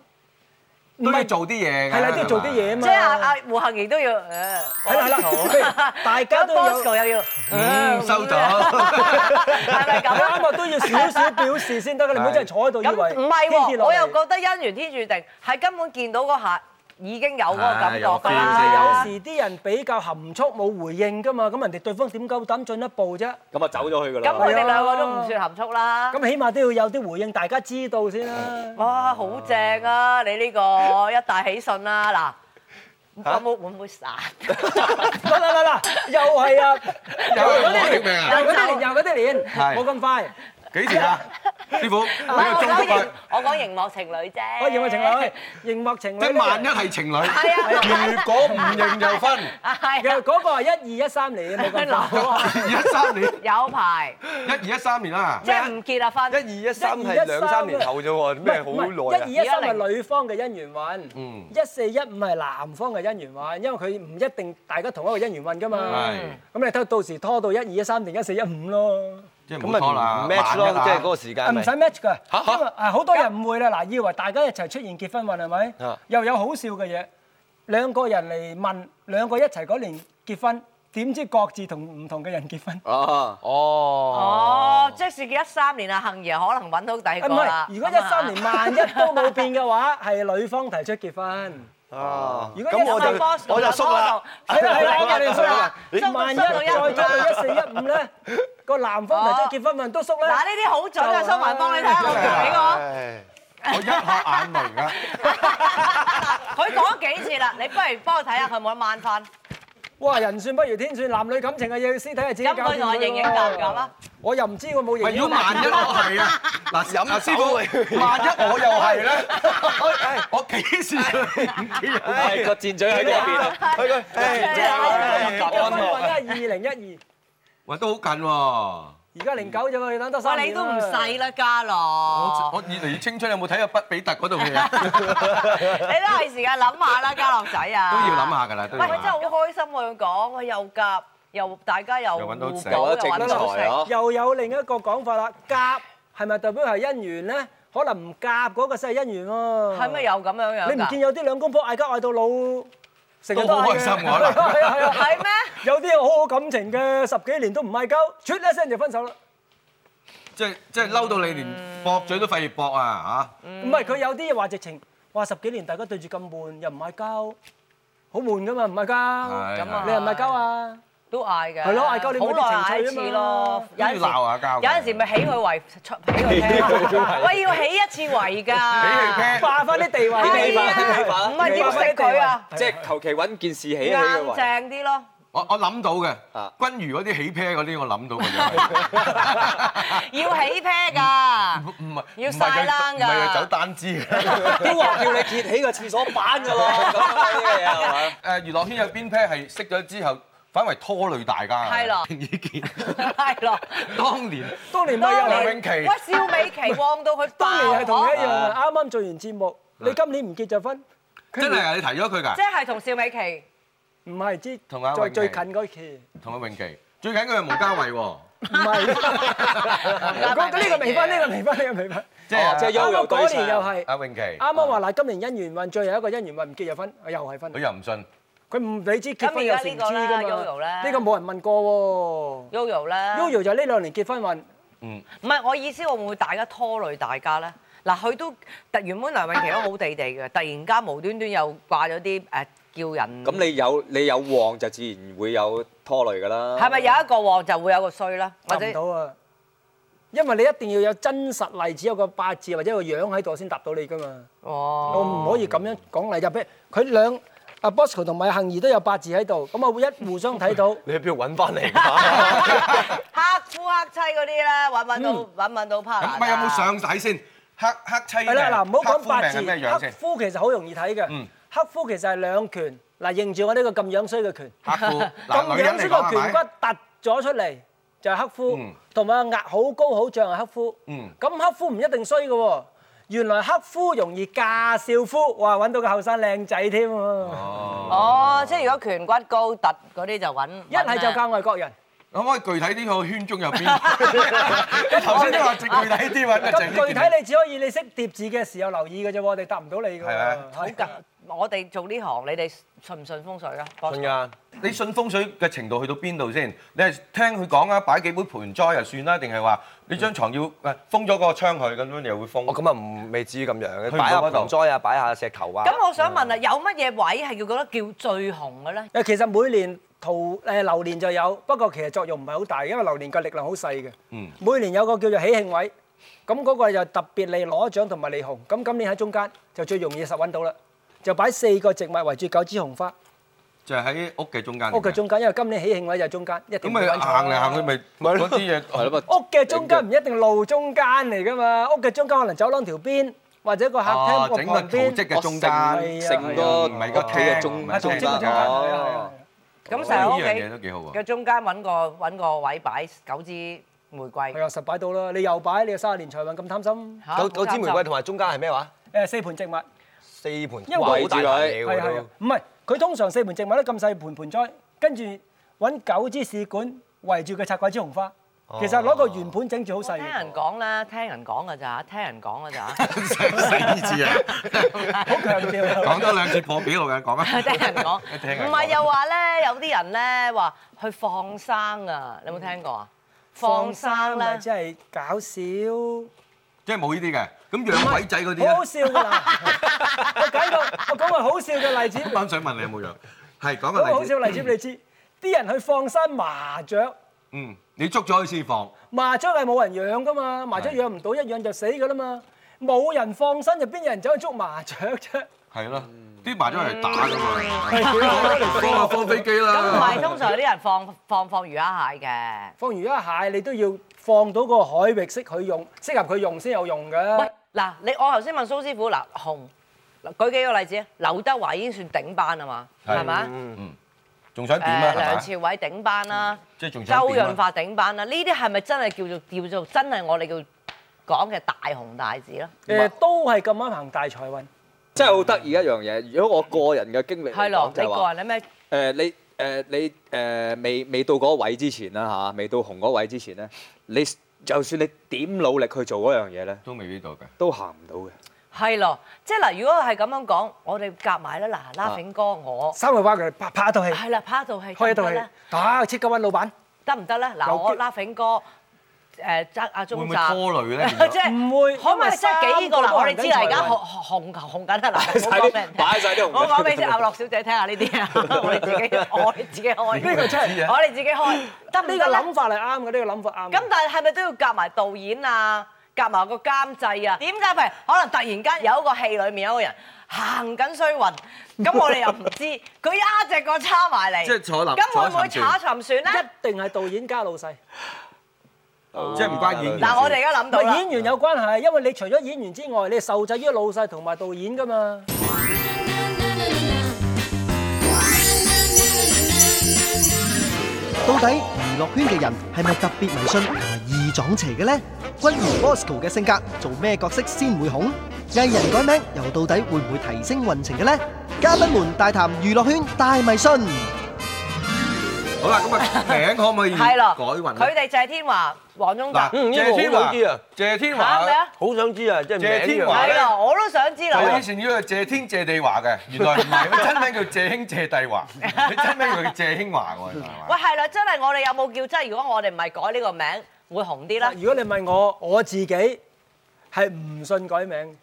Speaker 4: 唔
Speaker 2: 都要做啲嘢㗎。
Speaker 4: 係啦，都要做啲嘢啊
Speaker 1: 即係阿
Speaker 4: 嘛。
Speaker 1: 阿胡杏兒都要，誒
Speaker 4: 係啦係啦，大家都有
Speaker 1: Bosco 又要，
Speaker 2: 嗯，收咗。
Speaker 1: 係咪咁啊
Speaker 4: 啱？啊，都要少少表示先得㗎，你唔好真係坐喺度以
Speaker 1: 咁
Speaker 4: 為
Speaker 1: 唔係
Speaker 4: 天
Speaker 1: 喎，
Speaker 4: 跌落
Speaker 1: 我又
Speaker 4: 嚟。
Speaker 1: 覺得姻緣天注定係根本見到嗰下已經有嗰個感覺
Speaker 2: 係有
Speaker 1: 㗎啦
Speaker 4: 但。係有時啲人比較含蓄冇回應㗎嘛，咁人哋對方點夠膽進一步啫？
Speaker 5: 咁啊走咗去㗎
Speaker 1: 咁我
Speaker 5: 啦。
Speaker 1: 哋兩個都唔算含蓄啦。
Speaker 4: 咁起碼都要有啲回應，大家知道先啦。
Speaker 1: 哇，好正啊！你呢個一大喜訊啦，嗱，有冇會唔會散？
Speaker 4: 嗱嗱嗱嗱，又係啊！
Speaker 2: 有冇力命啊？
Speaker 4: 又嗰啲年，又嗰啲年，
Speaker 2: 係
Speaker 4: 冇咁快。
Speaker 2: 幾時啊？師傅，
Speaker 1: 唔係我
Speaker 2: 你個中
Speaker 1: 講
Speaker 2: 毒啊
Speaker 1: 熒！我講熒幕情侶啫。
Speaker 4: 我熒幕情侶，熒幕情侶
Speaker 2: 即
Speaker 4: 呢
Speaker 2: 係萬一係情侶， 如果唔認就分。
Speaker 1: 係啊
Speaker 4: 又嗰個係一二一三年，冇咁快。
Speaker 1: 嗱
Speaker 2: 二一三年，
Speaker 1: 有排，
Speaker 2: 一二一三年啦
Speaker 1: 即。係唔結啊婚。
Speaker 6: 一二一三係兩三年後啫喎，
Speaker 4: 唔係
Speaker 6: 咩好
Speaker 4: 唔
Speaker 6: 耐
Speaker 4: 係
Speaker 6: 啊？
Speaker 4: 一二一三係女方嘅姻緣運
Speaker 2: 嗯，
Speaker 4: 一四一五係男方嘅姻緣運，因為佢唔一定大家同一個姻緣運噶嘛。
Speaker 2: 係，
Speaker 4: 咁你睇到時拖到一二一三定一四一五咯，
Speaker 2: 即係
Speaker 6: 咁
Speaker 2: 唔
Speaker 6: 咪
Speaker 2: 好拖
Speaker 6: 唔
Speaker 2: 啦
Speaker 6: match 咯，即係嗰個時
Speaker 4: 啊
Speaker 6: 間
Speaker 4: 唔
Speaker 6: 咪
Speaker 4: 使 match 㗎，
Speaker 6: 嚇
Speaker 4: 因為啊好多人誤會啦。嗱，以為大家一齊出現結婚運係咪
Speaker 6: 啊？
Speaker 4: 又有好笑嘅嘢，兩個人嚟問，兩個一齊嗰年結婚，點知各自同唔同嘅人結婚？
Speaker 5: 啊，
Speaker 6: 哦，
Speaker 1: 哦，即是結一三年啊，幸爺可能揾到第
Speaker 4: 啊
Speaker 1: 二
Speaker 4: 唔
Speaker 1: 個啦
Speaker 4: 係，。如果一三年萬一都冇變嘅話，係女方提出結婚。
Speaker 6: 啊
Speaker 4: 如果
Speaker 6: 咁我
Speaker 4: 一
Speaker 1: 就
Speaker 6: 就我就縮啦，
Speaker 4: 係啦係啦，我哋
Speaker 1: 哋
Speaker 4: 縮
Speaker 1: 縮
Speaker 4: 啦
Speaker 1: 啦。
Speaker 4: 萬一再做到一四一五咧，個男方提出結婚運都縮
Speaker 1: 嗱，
Speaker 4: 咧
Speaker 1: 呢。啲好準啊，蘇文幫你睇下，我同
Speaker 2: 我
Speaker 6: 唉
Speaker 2: 一下 眼明啊！
Speaker 1: 你講，佢講咗幾次啦，你不如幫我睇下佢有冇得掹翻。
Speaker 4: 哇，人算不如天算，男女感情嘅嘢私底係自己搞
Speaker 1: 咁佢
Speaker 4: 掂㗎
Speaker 1: 同我認認夾唔夾啦？
Speaker 4: 我又唔知我冇
Speaker 2: 喂，
Speaker 4: 認
Speaker 2: 如果
Speaker 4: 認。
Speaker 2: 萬一我係啊，嗱，
Speaker 6: 飲
Speaker 2: 嗱師
Speaker 6: 酒
Speaker 2: 傅，
Speaker 6: 嚟
Speaker 2: 萬一我又係 咧，我幾時唔知有
Speaker 5: 係個箭嘴喺嗰邊，
Speaker 6: 佢佢唉
Speaker 1: 即係
Speaker 4: 結咗婚運咧，二零一二，
Speaker 2: 喂，都好近喎。
Speaker 4: 而家零九啫喎，你等多三
Speaker 1: 喂，你
Speaker 4: 年啦
Speaker 1: 都唔細啦，家
Speaker 2: 我
Speaker 1: 樂。
Speaker 2: 我以嚟以青春有冇睇過畢比特嗰套戲 啊？
Speaker 1: 你都係時間諗下啦，家樂仔啊！
Speaker 2: 都要諗下㗎啦，都
Speaker 1: 喂，
Speaker 2: 要
Speaker 1: 真係
Speaker 2: 諗下。
Speaker 1: 好開心我要講，我又夾又大家又
Speaker 2: 又揾到
Speaker 1: 互
Speaker 2: 食
Speaker 1: 補
Speaker 5: 有
Speaker 1: 又
Speaker 5: 得正
Speaker 1: 揾到食
Speaker 5: 財。咯，
Speaker 4: 又有另一個講法啦，夾係咪代表係姻緣咧？可能唔夾嗰個先係姻緣喎。
Speaker 1: 係咪又咁樣樣
Speaker 4: 你唔
Speaker 1: 㗎？
Speaker 4: 見有啲兩公婆嗌交嗌到老，成日
Speaker 2: 都好
Speaker 4: 嗌嘅
Speaker 2: 開心我啦
Speaker 4: 係啊係啊，
Speaker 1: 係咩？
Speaker 4: 有啲好好感情嘅十幾年都唔嗌交，啜一聲就分手啦。
Speaker 2: 即係即係嬲到你連駁嘴都費事駁啊
Speaker 4: 唔係佢有啲嘢話直情話十幾年大家對住咁悶，又唔嗌交，好悶噶嘛，唔
Speaker 2: 嚇！
Speaker 4: 嗌
Speaker 2: 係
Speaker 4: 交。
Speaker 1: 咁啊
Speaker 4: 你又唔嗌交啊？
Speaker 1: 都嗌嘅。
Speaker 4: 係咯嗌交你冇啲
Speaker 1: 好耐嗌一
Speaker 4: 情
Speaker 1: 次
Speaker 4: 趣啊
Speaker 1: 咯
Speaker 4: 嘛。
Speaker 2: 都要鬧下交㗎。
Speaker 1: 有陣時咪起佢為出起佢聽，喂要起一次圍㗎。
Speaker 4: 霸翻啲地位，
Speaker 1: 係
Speaker 5: 起佢聽
Speaker 1: 啊，唔係點食佢啊？
Speaker 5: 即係求其揾件事起起
Speaker 1: 硬
Speaker 5: 嘅位，
Speaker 1: 正啲咯。
Speaker 2: 我我諗到
Speaker 5: 啊
Speaker 2: 嘅，君如嗰啲起 pair 嗰啲我諗到嘅就係
Speaker 1: 要起 pair 㗎，
Speaker 2: 唔唔係
Speaker 1: 要
Speaker 2: 唔係佢
Speaker 1: 曬冷㗎
Speaker 2: 唔係佢走單支嘅。
Speaker 5: 都話叫你揭起個廁所板㗎咯，咁樣嘅嘢係咪？
Speaker 2: 誒娛樂圈有邊 pair 係識咗之後反為拖累大家㗎？
Speaker 1: 係咯
Speaker 2: 意見
Speaker 1: 係咯。
Speaker 2: 當年
Speaker 4: 當年咪有
Speaker 2: 梁
Speaker 4: 人，
Speaker 2: 永琪
Speaker 1: 喂，邵美琪旺到佢爆
Speaker 4: 當年係同你一樣
Speaker 1: 呵
Speaker 4: 啊！啱啱做完節目，你今年唔結就婚，
Speaker 2: 真係啊！你提咗佢
Speaker 1: 即
Speaker 2: 㗎，
Speaker 1: 係同邵美琪。
Speaker 4: 唔係之
Speaker 2: 同阿
Speaker 4: 最
Speaker 2: 永
Speaker 4: 最
Speaker 2: 琪
Speaker 4: 近 嗰期，
Speaker 2: 同阿永琪最緊要係毛家衞喎，
Speaker 4: 唔 係嗰個呢個未婚，呢個未婚，呢個未婚。
Speaker 2: 即
Speaker 5: 哦即
Speaker 2: 係
Speaker 5: 係有
Speaker 4: 啱啱嗰年又
Speaker 2: 阿
Speaker 4: 係。
Speaker 2: 阿永琪，
Speaker 4: 啱啱話嗱，今年姻緣運最後一個姻緣運唔結就婚，又係
Speaker 2: 佢
Speaker 4: 婚。
Speaker 2: 又唔信。
Speaker 4: 佢唔理知結婚有成知
Speaker 1: 咁而家呢個啦
Speaker 4: 㗎
Speaker 1: ，Yoyo
Speaker 4: 嘛？
Speaker 1: 啦
Speaker 4: 呢個冇人問過
Speaker 1: Yoyo 啦
Speaker 4: 喎。Yoyo 就係呢兩年結婚運，
Speaker 1: 唔係，我意思，我會唔會大家拖累大家咧？嗱，佢都突原本梁詠琪都好地地嘅，突然間無端端又掛咗啲誒叫人，
Speaker 5: 咁你有你有旺就自然會有拖累㗎啦。
Speaker 1: 係咪有一個旺就會有個衰啦？或
Speaker 4: 答
Speaker 1: 者
Speaker 4: 唔到啊！因為你一定要有真實例子，有個八字或者個樣喺度先答到你㗎嘛。我
Speaker 1: 哦，
Speaker 4: 唔可以咁樣講例，就譬如佢兩阿 Bosco 同埋杏兒都有八字喺度，咁啊一互相睇到。
Speaker 6: 你喺邊度揾翻 嚟㗎？
Speaker 1: 黑夫黑妻嗰啲咧，揾揾到揾揾到 partner 㗎
Speaker 2: 咁咪有冇上底先？黑黑妻
Speaker 4: 係啦，嗱，唔好
Speaker 2: 黑
Speaker 4: 講
Speaker 2: 夫命
Speaker 4: 八字，
Speaker 2: 係咩樣
Speaker 4: 黑
Speaker 2: 先？
Speaker 4: 夫其實好容易睇嘅
Speaker 2: 嗯。
Speaker 4: 黑夫其實係兩拳，嗱，認住我呢個咁樣衰嘅拳。
Speaker 2: 黑 夫嗱，
Speaker 4: 咁
Speaker 2: 女人
Speaker 4: 樣
Speaker 2: 嚟
Speaker 4: 先個
Speaker 2: 講係
Speaker 4: 拳
Speaker 2: 咪？
Speaker 4: 骨突咗出嚟就係黑夫
Speaker 2: 嗯，
Speaker 4: 同埋壓好高好脹係黑夫。
Speaker 2: 嗯
Speaker 4: 咁黑夫唔一定衰嘅喎，原來黑夫容易嫁少夫，哇揾到個後生靚仔添喎！
Speaker 1: 哦，即係如果拳骨高突嗰啲就揾
Speaker 4: 一係就嫁外 國人，
Speaker 2: 可唔可以具體啲個圈中 有邊？頭先都話具體啲揾
Speaker 4: 咁具體你只可以你識疊字嘅時候留意嘅啫喎，我哋答唔到你㗎喎。
Speaker 2: 係咪
Speaker 1: 好㗎。我哋做呢行，你哋信唔信風水啊？
Speaker 6: 信㗎，
Speaker 2: 你信風水嘅程度去到邊度先？你係聽佢講啊，擺幾杯盆栽就算啦，定係話你張床要誒封咗個窗佢咁樣又會封？
Speaker 6: 我咁啊唔未至於咁樣
Speaker 2: 去唔到
Speaker 6: 嘅，擺下
Speaker 2: 嗰度
Speaker 6: 盆栽啊，擺下石頭啊。
Speaker 1: 咁我想問啊，有乜嘢位係叫覺得叫最紅嘅咧？
Speaker 4: 誒，其實每年桃誒榴蓮就有，不過其實作用唔係好大，因為榴蓮個力量好細嘅。
Speaker 2: 嗯
Speaker 4: 每年有個叫做喜慶位，咁嗰個就特別利攞獎同埋利紅，咁今年喺中間就最容易實揾到啦，就擺四個植物圍住九支紅花，
Speaker 2: 就係喺屋嘅中間。
Speaker 4: 屋嘅中間，因為今年喜慶位就係中間，一
Speaker 2: 咁
Speaker 4: 定
Speaker 2: 咪行嚟行去咪嗰啲嘢
Speaker 5: 係咯，
Speaker 4: 屋嘅中間唔一定路中間嚟噶嘛，屋嘅中間可能走廊條邊或者個客廳
Speaker 2: 啊，
Speaker 4: 個
Speaker 2: 整個
Speaker 4: 旁
Speaker 2: 圖
Speaker 4: 邊，
Speaker 2: 積嘅中間，
Speaker 4: 係啊
Speaker 5: 成個
Speaker 2: 唔係個
Speaker 5: 屋企嘅
Speaker 2: 唔
Speaker 5: 中
Speaker 2: 係
Speaker 4: 啊，
Speaker 2: 中
Speaker 4: 總
Speaker 5: 中
Speaker 4: 之個中間
Speaker 5: 間
Speaker 4: 係啊係啊
Speaker 5: 哦。
Speaker 1: 咁
Speaker 2: 呢
Speaker 1: 成日
Speaker 2: 樣嘢
Speaker 1: 喺
Speaker 2: 都
Speaker 1: 屋企
Speaker 2: 幾好喎
Speaker 1: 嘅。中間揾個揾個位擺九支玫瑰
Speaker 4: 係。啊，實擺到啦！你又擺，你又三十年財運咁貪心，
Speaker 1: 嚇
Speaker 6: 九九支玫瑰同埋中間係咩話？
Speaker 4: 誒四盆植物係
Speaker 6: 四盤，
Speaker 4: 因為
Speaker 6: 哇
Speaker 5: 圍
Speaker 6: 好大
Speaker 5: 住
Speaker 6: 壇
Speaker 5: 佢
Speaker 6: 嘢
Speaker 4: 係
Speaker 6: 喎
Speaker 4: 係
Speaker 6: 都，
Speaker 4: 唔係佢通常四盆植物咧咁細盆盆栽，跟住揾九支試管圍住佢插鬼支紅花，其實攞個圓盤整住好
Speaker 1: 我
Speaker 4: 細
Speaker 1: 聽人
Speaker 4: 嘅，
Speaker 1: 講啦，聽人講㗎咋，聽人講㗎咋，
Speaker 2: 四字啊，
Speaker 4: 好強調。
Speaker 2: 講多兩次破紀錄嘅講啊。
Speaker 1: 聽人講。
Speaker 2: 聽人講
Speaker 1: 唔係又話咧，有啲人咧話去放生啊，你有冇聽過啊？放生
Speaker 4: 咪
Speaker 1: 咧，
Speaker 4: 真係搞笑。
Speaker 2: 即係冇呢啲嘅。咁養鬼仔嗰啲
Speaker 4: 好好
Speaker 2: 咧，
Speaker 4: 笑㗎啦！我講個我講個好笑嘅例子，
Speaker 2: 我啱想問你有冇養？係講
Speaker 4: 講個
Speaker 2: 個
Speaker 4: 好
Speaker 2: 例
Speaker 4: 笑
Speaker 2: 子。
Speaker 4: 嘅例子俾你知，啲人去放生麻雀，
Speaker 2: 嗯，你捉咗佢先放。
Speaker 4: 麻雀係冇人養㗎嘛，麻雀養唔到一養就死㗎啦嘛，冇人放生就邊有人走去捉麻雀啫？
Speaker 2: 係咯，啲麻雀嚟打㗎嘛。放啊放飛機
Speaker 1: 咁唔係
Speaker 2: 啦。
Speaker 1: 通常有啲人放放放魚蝦蟹嘅。
Speaker 4: 放魚一蟹你都要放到個海域適佢用，適合佢用先有用
Speaker 1: 喂
Speaker 4: 嘅。，
Speaker 1: 嗱，你我頭先問蘇師傅嗱，紅，嗱舉幾個例子啊？劉德華已經算頂班啊嘛，
Speaker 2: 係
Speaker 1: 係咪啊？
Speaker 2: 仲想點啊？
Speaker 1: 誒，
Speaker 2: 係
Speaker 1: 梁
Speaker 2: 嘛
Speaker 1: 朝偉頂班啦，
Speaker 2: 即係仲
Speaker 1: 周
Speaker 2: 想點
Speaker 1: 潤
Speaker 2: 啊？
Speaker 1: 發頂班啦，呢啲係咪真係叫做叫做真係我哋叫講嘅大紅大紫啦？
Speaker 4: 誒都係咁啱行大財運，
Speaker 5: 真係好得意一樣嘢。如果我個人嘅經歷
Speaker 1: 係
Speaker 5: 嚟
Speaker 1: 咯
Speaker 5: 講，，就
Speaker 1: 你
Speaker 5: 係話
Speaker 1: 個。人有咩？
Speaker 5: 誒、你誒、你誒、未未到嗰位之前啦嚇、未到紅嗰位之前咧，你就算你點努力去做嗰樣嘢咧，
Speaker 2: 都未必到嘅。
Speaker 5: 都行唔到嘅。
Speaker 1: 係咯，即係嗱，如果係咁樣講，我哋夾埋啦，嗱，拉炳哥我
Speaker 4: 三個話佢拍拍一套戲，
Speaker 1: 係啦，拍一套戲得
Speaker 4: 開
Speaker 1: 唔
Speaker 4: 一套
Speaker 1: 得
Speaker 4: 戲
Speaker 1: 咧？，
Speaker 4: 打即刻揾老闆，
Speaker 1: 得唔得咧？嗱，
Speaker 4: 有機
Speaker 1: 我拉炳哥誒揸阿
Speaker 2: 會
Speaker 1: 鐘
Speaker 2: 唔會
Speaker 1: 澤。
Speaker 2: 拖 累咧？
Speaker 1: 即係
Speaker 4: 唔會
Speaker 1: 可唔可以即係幾個啦？
Speaker 4: 因為三個都
Speaker 1: 我哋知啦，而家
Speaker 4: 人
Speaker 1: 紅紅紅緊啊！嗱，唔好
Speaker 5: 擺
Speaker 1: 講
Speaker 5: 啲
Speaker 1: 俾人聽
Speaker 5: 擺晒啲紅
Speaker 1: 我講俾先，阿樂小姐聽下呢啲 啊，我哋自己我哋自己 開，
Speaker 2: 呢個真係
Speaker 1: 我哋自己開，得唔得
Speaker 4: 呢
Speaker 1: 咧
Speaker 4: 個諗法係啱嘅，呢個諗法啱嘅。
Speaker 1: 咁但係係咪都要夾埋導演啊，夾埋個監製啊？點解譬如可能突然間有一個戲裡面有一個人行緊衰運，咁我哋又唔知， 佢一隻個叉埋嚟，
Speaker 2: 即係坐立
Speaker 1: 咁會唔會
Speaker 2: 坐沉船
Speaker 1: 查沉船咧？
Speaker 4: 一定係導演加老細，
Speaker 2: 即係唔關演員
Speaker 1: 嗱，我哋而家諗
Speaker 4: 同
Speaker 1: 到啦
Speaker 4: 埋。演員有關係，因為你除咗演員之外，你係受制於老細同埋導演噶嘛。
Speaker 3: 到底娛樂圈嘅人係咪特別迷信同埋易撞邪嘅呢？關於 Bosco 嘅性格，做咩角色先會紅？藝人改名又到底會唔會提升運程嘅呢？嘉賓們大談娛樂圈大迷信。
Speaker 2: 好啦，咁啊名可唔可以改
Speaker 1: 係咯，
Speaker 2: 運
Speaker 1: 佢
Speaker 2: 咧？
Speaker 1: 哋謝天華、黃宗澤
Speaker 2: 嗱，。
Speaker 6: 嗯呢個
Speaker 2: 謝天
Speaker 6: 好
Speaker 2: 華
Speaker 6: 想知
Speaker 1: 嚇
Speaker 2: 謝天
Speaker 6: 啊，
Speaker 1: 咩
Speaker 2: 華。
Speaker 1: 啊？
Speaker 6: 好想知啊，即係
Speaker 2: 謝
Speaker 6: 名
Speaker 2: 天
Speaker 6: 呢樣
Speaker 2: 華
Speaker 1: 係啊，我都想知啦。
Speaker 2: 我以前以為謝天謝地華嘅，原來唔係，佢真名叫謝興謝帝華，佢真名叫謝興華喎，原來係
Speaker 1: 喂，
Speaker 2: 嘛
Speaker 1: 係啦，真係我哋有冇叫？真係如果我哋唔係改呢個名，會紅啲啦。
Speaker 4: 如果你問我，我自己係唔信改名。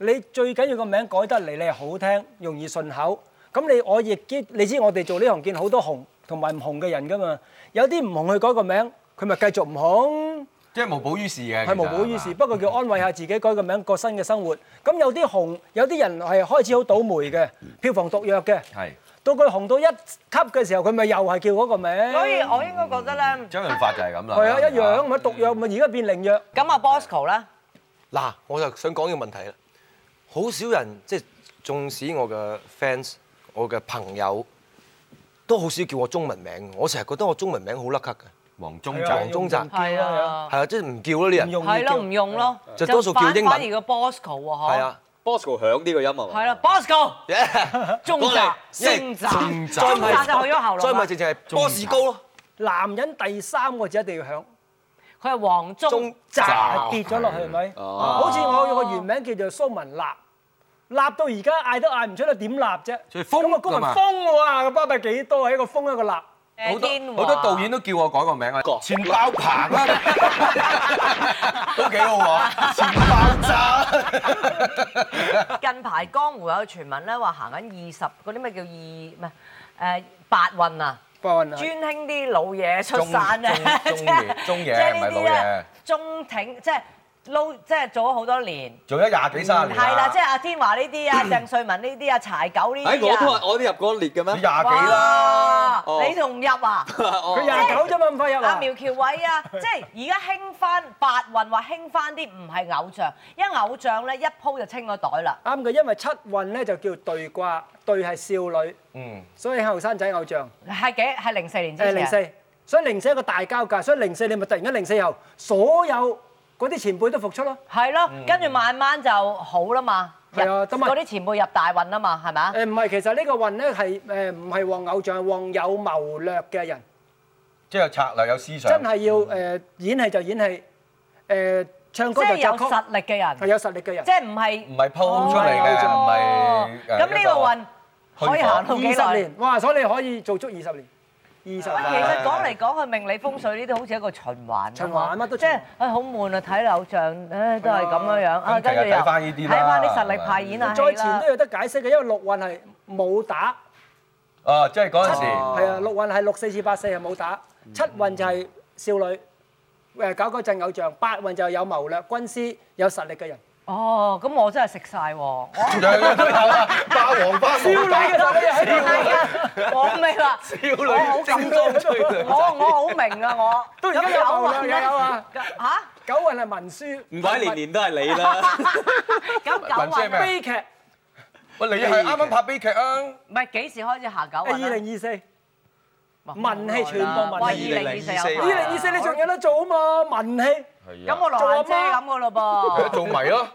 Speaker 4: 你最緊要個名改得嚟，你係好聽，容易順口。咁你我亦知，你知我哋做呢行見好多紅同埋唔紅嘅人噶嘛。有啲唔紅去改個名，佢咪繼續唔紅。
Speaker 2: 即係無補於事嘅，
Speaker 4: 係無補於事，不過叫安慰下自己，改個名過新嘅生活。咁有啲紅，有啲人係開始好倒楣嘅，票房毒藥嘅。
Speaker 2: 係
Speaker 4: 到佢紅到一級嘅時候，佢咪又係叫嗰個名。
Speaker 1: 所以我應該覺得咧，
Speaker 2: 周潤發就係咁啦。
Speaker 4: 係啊，一樣咪毒藥咪而家變靈藥。
Speaker 1: 咁啊，Bosco 啦，
Speaker 6: 嗱，我就想講呢個問題啦。好少人即係，縱使我嘅 fans、我嘅朋友都好少叫我中文名，我成日覺得我中文名好甩咳嘅，
Speaker 2: 黃宗
Speaker 4: 係啊
Speaker 2: 澤
Speaker 6: 黃，宗澤
Speaker 1: 係啊，
Speaker 6: 係啊，即係唔叫啦呢
Speaker 4: 唔
Speaker 6: 人，
Speaker 4: 用
Speaker 1: 係咯，啊唔用咯，
Speaker 6: 就多數叫英文
Speaker 1: 反而個 Bosco 喎，嗬
Speaker 6: 係，啊，
Speaker 5: Bosco 響呢個音啊嘛。
Speaker 1: 係啦，Bosco 中
Speaker 6: 過嚟
Speaker 1: 澤，星澤，
Speaker 2: 中
Speaker 1: 中
Speaker 2: 澤
Speaker 6: 再唔係
Speaker 1: 澤就去咗後啊
Speaker 6: 再唔係
Speaker 1: 龍
Speaker 6: 直情係 波士高咯，
Speaker 4: 男人第三個字一定要響，
Speaker 1: 佢係黃宗
Speaker 6: 中
Speaker 1: 澤
Speaker 2: 澤。
Speaker 4: 跌咗落去係咪？
Speaker 5: 哦
Speaker 4: 好似我有個原名叫做蘇文立。立到而家嗌都嗌唔出啦，點立啫？
Speaker 2: 所以風
Speaker 4: 咁啊，高文
Speaker 2: 㗎嘛
Speaker 4: 風哇，個巴閉幾多啊？一個風一個立，
Speaker 2: 好多
Speaker 1: 天華
Speaker 2: 好多導演都叫我改個名啊，錢包棚啊，都幾好喎，錢包炸。
Speaker 1: 近排江湖有傳聞咧，話行緊二十嗰啲咩叫二唔係誒八運啊，
Speaker 4: 白雲啊
Speaker 1: 專！興啲老嘢出山咧，啊
Speaker 2: 中中中野中野
Speaker 1: 即係呢
Speaker 2: 唔係
Speaker 1: 啲啊
Speaker 2: 老嘢
Speaker 1: 咧中挺即係撈即係做咗好多年。
Speaker 2: 做咗廿幾卅年
Speaker 1: 係啦，即係阿天華呢啲 啊，鄭瑞文呢啲啊，柴狗呢啲啊。
Speaker 5: 哎，我都話我都入嗰列嘅
Speaker 2: 你
Speaker 5: 咩？
Speaker 2: 廿幾啦，
Speaker 1: 哇
Speaker 5: 哦
Speaker 1: 你仲唔入啊？
Speaker 4: 佢廿九啫嘛，咁快入
Speaker 1: 阿
Speaker 4: 啊！
Speaker 1: 苗僑偉啊，即係而家興翻八運話興翻啲唔係偶像，一偶像咧一鋪就清咗袋啦。
Speaker 4: 啱嘅，因為七運咧就叫對卦，對係少女，
Speaker 2: 嗯，
Speaker 4: 所以後生仔偶像。
Speaker 1: 係幾係零四年之
Speaker 4: 誒
Speaker 1: 前。
Speaker 4: 零四，所以零四一個大交界，所以零四你咪突然間零四後，所有嗰啲前輩都復出咯。
Speaker 1: 係咯，
Speaker 2: 嗯
Speaker 1: 跟住慢慢就好啦嘛。入
Speaker 4: 係啊咁啊
Speaker 1: 嗰啲前輩入大運啦嘛，係咪啊？
Speaker 4: 誒唔係，其實呢個運咧係誒唔係旺偶像，係旺有謀略嘅人，
Speaker 2: 即係有策略有思想
Speaker 4: 真。係要誒演戲就演戲，誒唱
Speaker 1: 即
Speaker 4: 歌
Speaker 1: 係
Speaker 4: 就
Speaker 1: 有
Speaker 4: 作曲，
Speaker 1: 實力嘅
Speaker 4: 係
Speaker 1: 人，
Speaker 4: 有實力嘅人
Speaker 1: 即。係唔係
Speaker 2: 唔係鋪出嚟嘅，唔
Speaker 1: 哦
Speaker 2: 係
Speaker 1: 咁
Speaker 2: 誒
Speaker 1: 呢個運可以行到幾
Speaker 4: 二十
Speaker 1: 耐？
Speaker 4: 年，哇！所以你可以做足二十年，
Speaker 1: 喂，其
Speaker 4: 二十年。
Speaker 1: 實講嚟講去命理風水呢啲好似一個循環
Speaker 4: 循環乜都
Speaker 1: 即
Speaker 4: 循環
Speaker 1: 係唉好悶啊！睇偶像，唉都係咁樣樣啊，
Speaker 2: 咁
Speaker 1: 跟住
Speaker 2: 其
Speaker 1: 又
Speaker 2: 實睇返呢啲啦
Speaker 1: 睇翻啲實力派演下戲
Speaker 4: 再
Speaker 1: 啦
Speaker 4: 前都有得解釋嘅，因為陸運係冇打，
Speaker 2: 哦，即係嗰陣時
Speaker 4: 係啊，陸運係六四至八四係冇打，七運就係少女，誒搞嗰陣偶像，八運就係有謀略、軍師、有實力嘅人。
Speaker 1: 哦，咁我真係食晒 喎！我
Speaker 2: 有有都有啊，霸王花少女
Speaker 4: 嘅實力
Speaker 1: 係啊，我未啦，我好感動，我我好明啊！我
Speaker 4: 都而家有謀略，
Speaker 1: 咧
Speaker 4: 又有啊！
Speaker 1: 嚇，
Speaker 4: 九運係文書，
Speaker 5: 唔怪年年都係你啦。
Speaker 1: 咁九
Speaker 2: 文
Speaker 1: 運
Speaker 2: 姐咩
Speaker 1: 呢
Speaker 4: 悲劇。誒
Speaker 2: 喂，你係啱啱拍悲劇啊！
Speaker 1: 唔係幾時開始下九運啊
Speaker 4: 二零二四，二
Speaker 1: 哇
Speaker 4: 文氣全部文
Speaker 1: 哇！二
Speaker 4: 氣
Speaker 1: 零二四有
Speaker 4: 零二四你仲有得做啊嘛？文氣
Speaker 2: 係
Speaker 1: 咁我羅蘭姐咁噶咯噃。
Speaker 2: 做迷咯。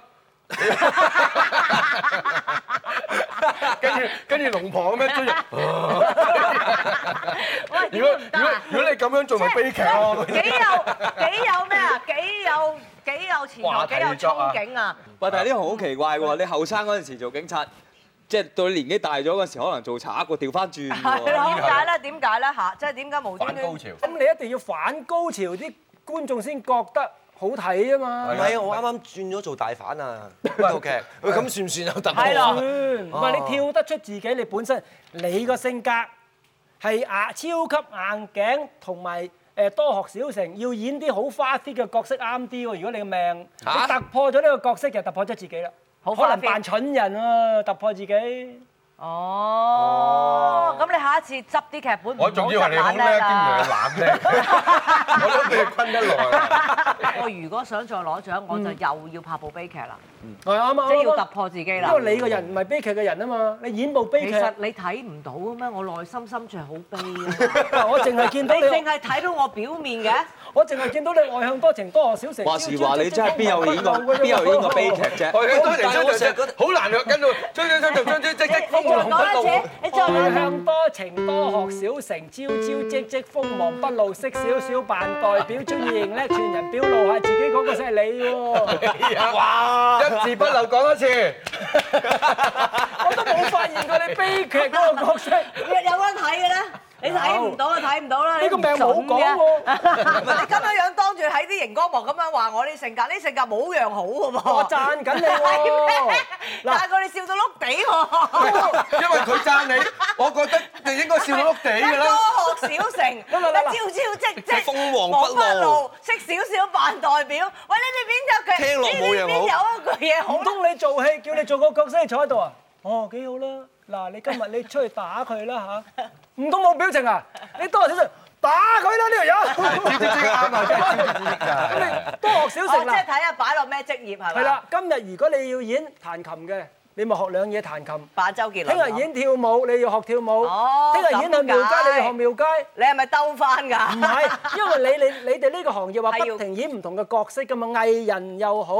Speaker 2: 跟住跟住龍婆咁樣追入，
Speaker 1: 喂，點
Speaker 2: 如果
Speaker 1: 會唔得
Speaker 2: 如果
Speaker 1: 啊？
Speaker 2: 如果你咁樣做咪悲劇啊咯
Speaker 1: 喂，幾有幾有咩啊？幾有幾有前
Speaker 2: 話
Speaker 1: 途，
Speaker 2: 題
Speaker 1: 幾有
Speaker 2: 作啊
Speaker 1: 憧憬啊！
Speaker 5: 喂，但係呢行好奇怪喎！你後生嗰陣時做警察，即係到你年紀大咗嗰時，可能做賊喎，調翻轉
Speaker 1: 係
Speaker 5: 喎。
Speaker 1: 咯，點解咧？點解咧？嚇，即係點解無端
Speaker 2: 反
Speaker 1: 端
Speaker 2: 高？潮。
Speaker 4: 咁你一定要反高潮，啲觀眾先覺得好睇啊嘛
Speaker 2: 係。
Speaker 6: 唔係啊！我啱啱轉咗做大反啊！呢套劇，喂咁算唔算有啊突破？
Speaker 1: 係咯
Speaker 4: 嗯唔係你跳得出自己，你本身你個性格係硬超級硬頸，同埋誒多學少成，要演啲好花啲嘅角色啱啲喎。如果你嘅命，
Speaker 5: 嚇
Speaker 4: 你突破咗呢個角色就突破咗自己啦。
Speaker 1: 好
Speaker 4: 可
Speaker 1: 花
Speaker 4: 能
Speaker 1: 啲
Speaker 4: 扮蠢人啊，突破自己。唔
Speaker 1: 哦，咁你下一次執啲劇本，
Speaker 2: 我仲以為你好叻，兼
Speaker 1: 啦
Speaker 2: 你。懶叻，我都俾你坤得耐。
Speaker 1: 我如果想再攞獎，我就
Speaker 4: 嗯
Speaker 1: 又要拍部悲劇啦，
Speaker 4: 係啱啊，
Speaker 1: 即係
Speaker 4: 啱
Speaker 1: 要
Speaker 4: 啊
Speaker 1: 突破自己啦。
Speaker 4: 因為你個人唔係悲劇嘅人啊嘛，你演部悲
Speaker 1: 其
Speaker 4: 劇，
Speaker 1: 實你睇唔到嘅咩？我內心深處係好悲啊！
Speaker 4: 我淨係見
Speaker 1: 你
Speaker 4: 到
Speaker 1: 淨
Speaker 4: 你，
Speaker 1: 係睇到我表面 嘅。
Speaker 4: 我淨係見到你外向多情，多學少成。
Speaker 5: 話時話你真係邊有演 過
Speaker 4: 朝朝
Speaker 5: 邊有演過悲劇啫？
Speaker 2: 我當年
Speaker 6: 但係
Speaker 2: 追
Speaker 6: 我
Speaker 2: 到
Speaker 6: 成
Speaker 2: 隻
Speaker 6: 日覺得
Speaker 2: 好難啊，跟到追追追追追追追
Speaker 1: 你
Speaker 2: 追
Speaker 1: 你再
Speaker 2: 風浪不
Speaker 1: 講一
Speaker 2: 露。
Speaker 1: 次，你再
Speaker 4: 外
Speaker 1: 講一次。
Speaker 4: 向多情，多學少成，朝朝積積鋒芒不露，識少少扮代表，中意型叻，串人表露下自己嗰個先係你 喎。
Speaker 2: 哇！一字不漏講一次。
Speaker 4: 我都冇發現過你悲劇嗰個 角色，呢
Speaker 1: 有有得睇嘅咧？你睇唔到啊，睇唔到啦！
Speaker 4: 個
Speaker 1: 你
Speaker 4: 命冇
Speaker 1: 唔準嘅
Speaker 4: 講喎。
Speaker 1: 你咁樣樣當住喺啲熒光幕咁樣話我啲性格，呢性格冇樣好嘅喎。
Speaker 4: 我讚緊
Speaker 1: 係
Speaker 4: 你
Speaker 1: 咩
Speaker 4: 喎。
Speaker 1: 但
Speaker 4: 嗱
Speaker 1: 係佢哋笑到碌地喎。
Speaker 2: 因為佢讚你，我覺得你應該笑到碌地㗎啦。
Speaker 1: 多學少成，一朝朝積積，
Speaker 6: 鋒芒不露
Speaker 1: 露，識少少扮代表。喂，你哋邊有句？
Speaker 6: 聽落冇嘢
Speaker 1: 你
Speaker 6: 好
Speaker 1: 哋邊有一句嘢好
Speaker 4: 唔
Speaker 1: 咧？
Speaker 4: 通你做戲叫你做個角色，你坐喺度啊？哦，幾好啦！嗱，你今日你出去打佢 啦吓，唔通冇表情啊？你多學少成打佢啦呢條友。
Speaker 2: 知唔知啱啊？真係知唔知
Speaker 4: 咁
Speaker 2: 㗎？
Speaker 4: 你多學少
Speaker 1: 哦，
Speaker 4: 成
Speaker 1: 即
Speaker 4: 啦
Speaker 1: 係。睇下擺落咩職業係咪？
Speaker 4: 係啦，，今日如果你要演彈琴嘅，你咪學兩嘢彈琴。
Speaker 1: 扮周杰倫。
Speaker 4: 聽日演跳舞，你要學跳舞
Speaker 1: 哦。
Speaker 4: 聽日演去廟
Speaker 1: 咁
Speaker 4: 街，
Speaker 1: 解
Speaker 4: 你要學廟街。
Speaker 1: 你係咪兜翻㗎？
Speaker 4: 唔係，因為你你你哋呢個行業話
Speaker 1: 係要
Speaker 4: 不停演唔同嘅角色噶嘛，藝人又好，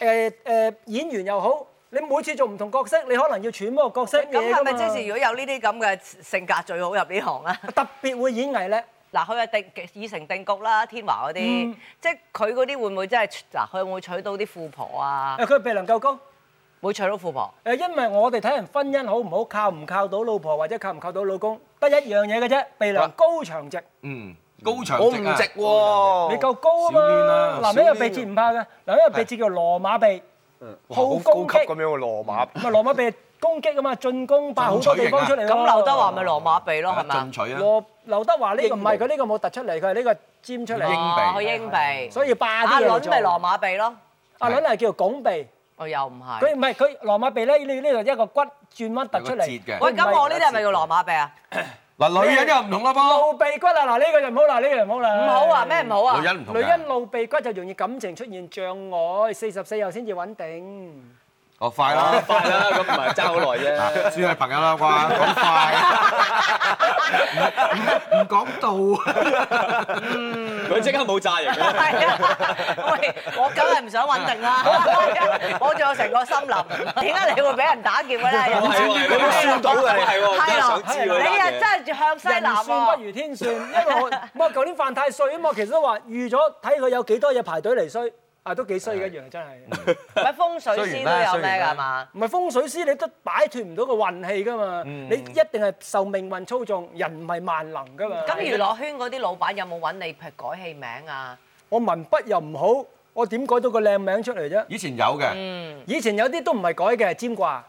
Speaker 4: 誒、誒、演員又好，你每次做唔同角色，你可能要揣摩個角色嘢
Speaker 1: 咁
Speaker 4: 㗎
Speaker 1: 係咪
Speaker 4: 嘛
Speaker 1: 即係如果有呢啲咁嘅性格最好入呢行啊？
Speaker 4: 特別會演藝咧，
Speaker 1: 嗱，佢係定已成定局啦，天華嗰啲，
Speaker 4: 嗯
Speaker 1: 即係佢嗰啲會唔會真係嗱？佢會唔會娶到啲富婆啊？
Speaker 4: 誒佢鼻梁夠高。
Speaker 1: 會娶到富婆？
Speaker 4: 誒，因為我哋睇人婚姻好唔好，靠唔靠到老婆或者靠唔靠到老公，得一樣嘢嘅啫，鼻梁高長直。
Speaker 2: 嗯，高長
Speaker 6: 我唔直喎，
Speaker 4: 你夠高啊嘛，
Speaker 6: 少
Speaker 4: 男
Speaker 6: 攣
Speaker 4: 人
Speaker 6: 啊
Speaker 4: 有鼻節唔怕嘅，男人有鼻節叫羅馬鼻，
Speaker 6: 哇好高級咁樣嘅羅馬，
Speaker 4: 咪羅馬鼻攻擊啊嘛，進攻霸好多地方出嚟喎。
Speaker 1: 咁劉德華咪羅馬鼻咯，係咪
Speaker 2: 進取啊！
Speaker 4: 羅劉德華呢個唔係佢呢個冇突出嚟，佢係呢個尖出嚟，
Speaker 2: 英
Speaker 1: 哦，佢英鼻。
Speaker 4: 所以霸
Speaker 1: 阿
Speaker 4: 啲嘢嚟
Speaker 1: 倫
Speaker 4: 做
Speaker 1: 咪羅馬鼻咯，
Speaker 4: 阿倫係叫拱鼻，
Speaker 1: 我又唔係。
Speaker 4: 佢唔係佢羅馬鼻咧，呢呢度一個骨轉彎突出
Speaker 2: 有個折
Speaker 4: 嚟。
Speaker 2: 嘅
Speaker 1: 喂，
Speaker 4: 佢唔係
Speaker 1: 咁我呢啲係咪叫羅馬鼻啊？
Speaker 2: 嗱，女人又唔同啦噃，
Speaker 4: 露鼻骨啦，嗱呢個就唔好啦，呢個就唔好
Speaker 1: 唔
Speaker 4: 啦。
Speaker 1: 好啊，咩唔好啊
Speaker 2: 女？人唔同
Speaker 4: 女
Speaker 2: 嘅
Speaker 4: 人。露鼻骨就容易感情出現障礙，四十四後先至穩定。
Speaker 2: 哦，快啦，
Speaker 5: 快啦，咁唔係爭好耐啫。
Speaker 2: 算係朋友啦啩，咁快，唔唔講道。
Speaker 5: 佢即刻冇炸型啊！
Speaker 1: 係啊， 喂，我梗係唔想穩定 啦，我仲有成個森林，點解你會俾人打劫嘅咧？
Speaker 5: 我係喎，咁算到嘅係喎，我真係
Speaker 1: 係
Speaker 5: 想
Speaker 1: 咯，
Speaker 5: 知
Speaker 1: 你啊
Speaker 5: 佢單嘢。
Speaker 1: 真係向西
Speaker 4: 人
Speaker 1: 南
Speaker 4: 算不
Speaker 1: 喎，
Speaker 4: 如天 算，因為我我舊年犯太歲啊嘛，其實都話預咗睇佢有幾多嘢排隊嚟衰，啊都幾衰嘅一樣真係。
Speaker 1: 咪風水 師都有咩㗎嘛？
Speaker 4: 唔係風水師你都擺脱唔到個運氣噶嘛，你一定係受命運操縱，人唔係萬能噶嘛。
Speaker 1: 咁娛樂圈嗰啲老闆有冇揾你譬如改戲名啊？
Speaker 4: 我文筆又唔好，我點改到個靚名出嚟啫？
Speaker 2: 以前有嘅。
Speaker 4: 以前有啲都唔係改嘅，係占卦，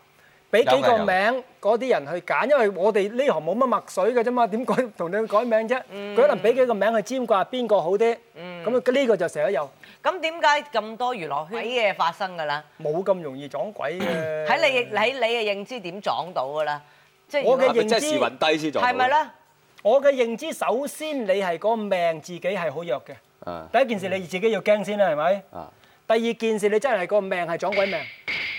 Speaker 4: 俾幾
Speaker 2: 有
Speaker 4: 個
Speaker 2: 嘅有
Speaker 4: 名嗰啲人去揀，因為我哋呢行冇乜墨水嘅啫嘛，點改 同你去改名啫？佢可能俾幾個名去占卦，邊個好啲？咁呢個就成日有，
Speaker 1: 咁點解咁多娛樂圈嘅嘢發生㗎啦？
Speaker 4: 冇咁容易撞鬼嘅。
Speaker 1: 喺你喺你嘅認知點撞到㗎啦？即係
Speaker 4: 我嘅
Speaker 1: 如果
Speaker 5: 係咪真係時運低先做到？
Speaker 1: 係咪？咧？
Speaker 4: 我嘅認知，首先你係嗰個命自己係好弱嘅。
Speaker 5: 啊
Speaker 4: 第一件事你自己要驚先啦，係咪？
Speaker 5: 啊！
Speaker 4: 第二件事你真係個命係撞鬼命，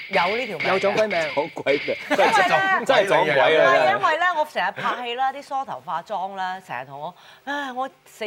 Speaker 1: 有呢條命
Speaker 4: 有撞鬼命。
Speaker 5: 講鬼嘅，真
Speaker 1: 因為
Speaker 5: 係
Speaker 1: 咧。
Speaker 5: 真係講鬼啦！
Speaker 1: 係
Speaker 5: 真
Speaker 1: 因為咧，我成日拍戲啦，啲梳頭化妝啦，成日同我，唉，我死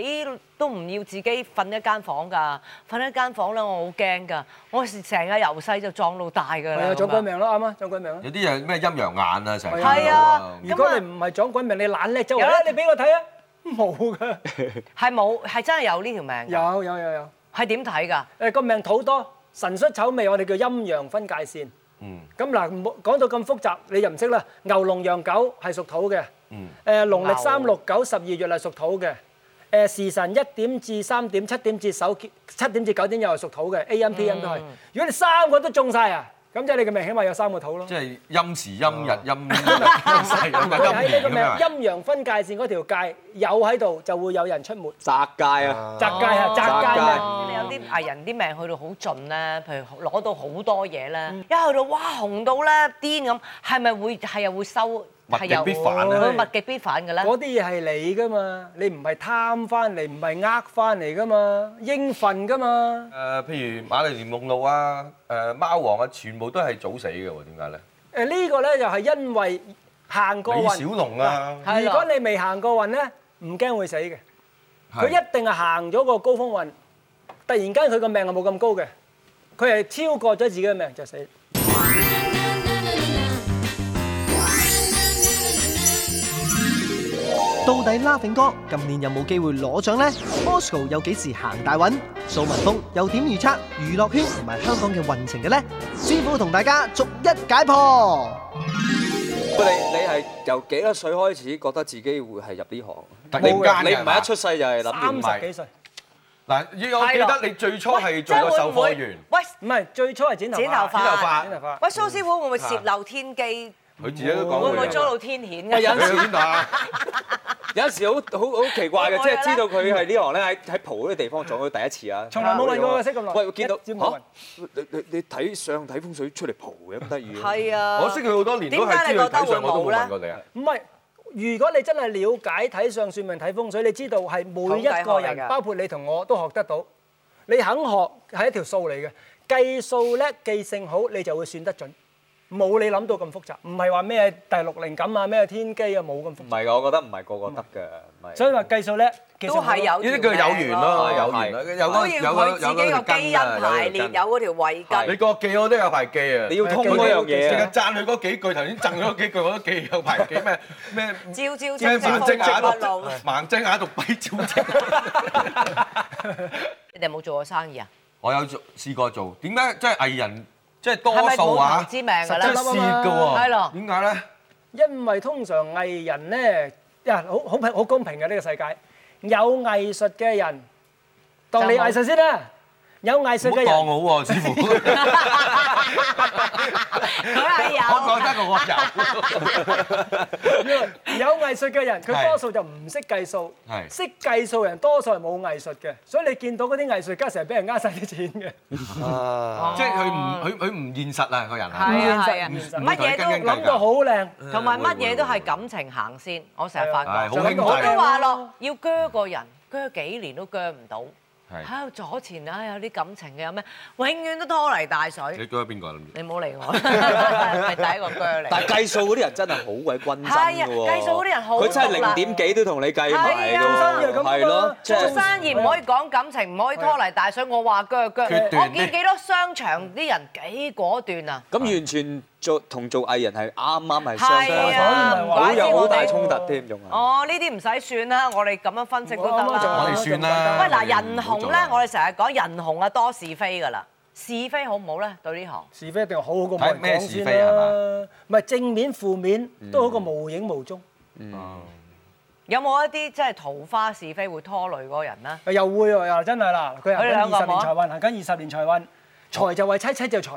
Speaker 1: 都唔要自己瞓一間房㗎，瞓一間房咧，我好驚㗎，我成日由細就撞到大㗎
Speaker 4: 係
Speaker 1: 啦。
Speaker 4: 啊，
Speaker 1: 咁
Speaker 4: 撞鬼命咯，啱啊，撞鬼命咯。
Speaker 2: 有啲人咩陰陽眼啊，成日見到
Speaker 1: 係啊
Speaker 4: 如果你唔係撞鬼命，你懶叻周圍
Speaker 1: 有啦
Speaker 4: 啦，你俾我睇啊， 冇㗎。
Speaker 1: 樣係冇，係真係有呢條命㗎，
Speaker 4: 有有有有。
Speaker 1: 係點睇㗎？
Speaker 4: 誒個命土多，神出丑味，我哋叫陰陽分界線。
Speaker 2: 嗯，
Speaker 4: 咁嗱，唔好講到咁複雜，你又唔識啦。牛龍羊狗係屬土嘅。嗯。誒農
Speaker 1: 牛
Speaker 4: 曆三六九十二月係屬土嘅。誒時辰一點至三點、七點至首七點至九點又係屬土嘅，AM、PM 都係。如果你三個都中晒啊，咁即係你嘅命起碼有三個土咯。
Speaker 2: 即係陰時陰日陰陰勢
Speaker 4: 佢
Speaker 2: 陰
Speaker 4: 喺呢
Speaker 2: 年
Speaker 4: 個
Speaker 2: 咁
Speaker 4: 命
Speaker 2: 樣。
Speaker 4: 陰陽分界線嗰條界有喺度，就會有人出沒。
Speaker 5: 係窄界啊！
Speaker 4: 擲界啊，擲界命。
Speaker 1: 哦有啲藝人啲命去到好盡咧，譬如攞到好多嘢咧，一去到哇紅到咧癲咁，係咪會係又會收？係又
Speaker 2: 物極必反啊
Speaker 1: 會物極必反嘅咧。
Speaker 4: 嗰啲嘢係你噶嘛，你唔係貪翻嚟，唔係呃翻嚟噶嘛，應份噶嘛。
Speaker 2: 誒，譬如馬來蓮夢露啊，誒貓王啊，全部都係早死嘅喎，點解咧？
Speaker 4: 誒、呢個咧就係因為行過
Speaker 2: 李
Speaker 4: 運。
Speaker 2: 小龍啊，
Speaker 1: 係
Speaker 4: 如
Speaker 1: 啦
Speaker 4: 果你未行過運咧，唔驚會死嘅。
Speaker 2: 係
Speaker 4: 佢一定係行咗個高峰運，突然間佢個命係冇咁高嘅，佢係超過咗自己嘅命就死。
Speaker 3: 到底 Laughing 哥今年有冇機會攞獎呢 Moscow 又幾時行大運？蘇文峰又點預測娛樂圈同埋香港嘅運程嘅呢？師傅同大家逐一解破。
Speaker 5: 喂，你你係由幾多歲開始覺得自己會係入呢行？
Speaker 2: 突然間嘅
Speaker 5: 你唔係一出世就係諗住
Speaker 4: 三十幾歲，
Speaker 2: 嗱，依我記得你最初係做個售貨員，
Speaker 1: 喂，
Speaker 4: 唔係最初係剪頭髮。
Speaker 1: 剪頭
Speaker 2: 剪
Speaker 1: 髮
Speaker 2: 頭髮
Speaker 4: 剪頭髮。
Speaker 1: 喂，蘇師傅會唔會泄漏天機？
Speaker 2: 佢自己都講
Speaker 1: 會
Speaker 2: 過
Speaker 1: 唔會遭到天譴
Speaker 5: 喂有
Speaker 1: 嘅？
Speaker 5: 陣時
Speaker 2: 佢 邊度啊？
Speaker 5: 有陣時好好好奇怪嘅，即係知道佢係呢行咧，喺喺蒲嗰啲地方撞到第一次啊！
Speaker 4: 從來冇運過嘅識咁耐
Speaker 5: 喂，見到
Speaker 4: 一朝冇
Speaker 5: 嚇你你你睇相睇風水出嚟蒲嘅咁得意嘅。
Speaker 1: 係啊，
Speaker 2: 我識佢好多年都係知道睇相，我都冇問過你啊。
Speaker 4: 唔係，如果你真係了解睇相算命睇風水，你知道係每一個
Speaker 1: 統計學嚟㗎
Speaker 4: 人，包括你同我都學得到。你肯學係一條數嚟嘅，計數叻、記性好，你就會算得準。冇你諗到咁複雜，唔係話咩第六靈感啊、咩天機啊，冇咁複雜。
Speaker 5: 唔係㗎，我覺得唔係個個得㗎，唔係。
Speaker 4: 所以話計數叻，記性
Speaker 1: 都
Speaker 4: 好
Speaker 1: 係有
Speaker 2: 呢啲叫有緣咯，有緣咯，有
Speaker 1: 都
Speaker 2: 個
Speaker 1: 要
Speaker 2: 有
Speaker 1: 佢
Speaker 2: 個
Speaker 1: 自
Speaker 2: 有
Speaker 1: 己個
Speaker 2: 個
Speaker 1: 基因排列有嗰條慧
Speaker 2: 你
Speaker 1: 根。
Speaker 2: 個記我都有排記啊
Speaker 5: 你。要通嗰樣
Speaker 2: 成日
Speaker 5: 嘢啊。
Speaker 2: 讚佢嗰幾句，頭先贈咗嗰幾句，我都記有排記咩咩
Speaker 1: 朝朝
Speaker 2: 咩
Speaker 1: 清
Speaker 2: 盲隻
Speaker 1: 風
Speaker 2: 眼
Speaker 1: 不
Speaker 2: 讀
Speaker 1: 露。
Speaker 2: 盲隻眼讀跛照睛。
Speaker 1: 你哋有冇做過生意啊？
Speaker 2: 我有做試過做，點解即係藝人即係多
Speaker 1: 係咪
Speaker 2: 數
Speaker 1: 冇
Speaker 2: 啊？
Speaker 1: 投資命㗎
Speaker 2: 即係
Speaker 1: 啦？
Speaker 2: 蝕㗎喎，
Speaker 1: 係咯
Speaker 2: 點解咧？
Speaker 4: 因為通常藝人咧，呀好好平好公平嘅呢個世界，有藝術嘅人當你藝術先啦，有藝術嘅人。
Speaker 2: 唔好當我喎，似乎。
Speaker 1: 佢係有。
Speaker 4: 有藝術嘅人，佢
Speaker 2: 係
Speaker 4: 多數就唔識計數，
Speaker 2: 係
Speaker 4: 識計數嘅人多數係冇藝術嘅，所以你見到嗰啲藝術家成日俾人呃晒啲錢嘅，
Speaker 6: 啊，
Speaker 2: 我覺得我有。即係佢唔-佢-佢唔現實啊，個人啊。
Speaker 1: 係
Speaker 4: 唔現
Speaker 1: 啊係啊
Speaker 4: 實，
Speaker 2: 唔
Speaker 1: 乜嘢
Speaker 2: 同佢斤斤
Speaker 1: 都
Speaker 2: 計
Speaker 4: 諗到好靚，
Speaker 1: 同埋乜嘢都係感情行先，我成日發
Speaker 2: 係
Speaker 1: 覺。
Speaker 2: 好兄弟
Speaker 1: 我都話咯，要鋸個人，鋸幾年都鋸唔到。喺度左前啊，有啲感情嘅有咩，永遠都拖泥帶水。
Speaker 2: 係。你覺得邊個啊，諗住？
Speaker 1: 你唔好理 我， 係第一個鋸
Speaker 5: 但係
Speaker 1: 嚟。
Speaker 5: 計數嗰啲人真係好鬼均真
Speaker 1: 係
Speaker 5: 㗎
Speaker 1: 啊
Speaker 5: 喎，
Speaker 1: 計數嗰啲人好
Speaker 5: 佢真係
Speaker 1: 獨
Speaker 5: 零
Speaker 1: 立
Speaker 5: 點幾都同你計埋
Speaker 1: 係
Speaker 5: 㗎
Speaker 1: 啊
Speaker 5: 喎，係咯，即
Speaker 1: 做
Speaker 5: 係
Speaker 1: 生意唔可以講感情，唔可以拖泥帶水。我話鋸就
Speaker 2: 決
Speaker 1: 鋸，
Speaker 2: 斷
Speaker 1: 我
Speaker 2: 啲
Speaker 1: 見幾多商場啲人幾果斷啊！
Speaker 5: 咁完全做同做藝人係啱啱係相
Speaker 1: 係啊
Speaker 5: 反，
Speaker 1: 唔怪之我
Speaker 5: 好
Speaker 1: 哋
Speaker 5: 有好大衝突添，仲係。
Speaker 1: 哦，呢啲唔使算啦，我哋咁樣分析都得
Speaker 4: 我啱啱就
Speaker 1: 啦
Speaker 4: 話。
Speaker 2: 我哋算啦
Speaker 1: 喂，
Speaker 4: 啊
Speaker 1: 嗱，人紅
Speaker 2: 唔好做
Speaker 1: 咧
Speaker 2: 啦，
Speaker 1: 我哋成日講人紅啊多是非噶啦，是非好唔好咧？對呢行
Speaker 4: 是非一定好好過冇人
Speaker 2: 睇咩
Speaker 4: 講
Speaker 2: 是
Speaker 4: 先
Speaker 2: 非係嗯
Speaker 4: 啦，唔係正面負面都好過無影無蹤，
Speaker 2: Ờ.
Speaker 1: 有冇一啲即係桃花是非會拖累嗰個人咧？
Speaker 4: 又會喎，又真係啦，佢行
Speaker 1: 佢哋兩
Speaker 4: 緊
Speaker 1: 個
Speaker 4: 二十
Speaker 1: 冇
Speaker 4: 年
Speaker 1: 啊
Speaker 4: 財運，行緊二十年財運，財就為妻，妻就財，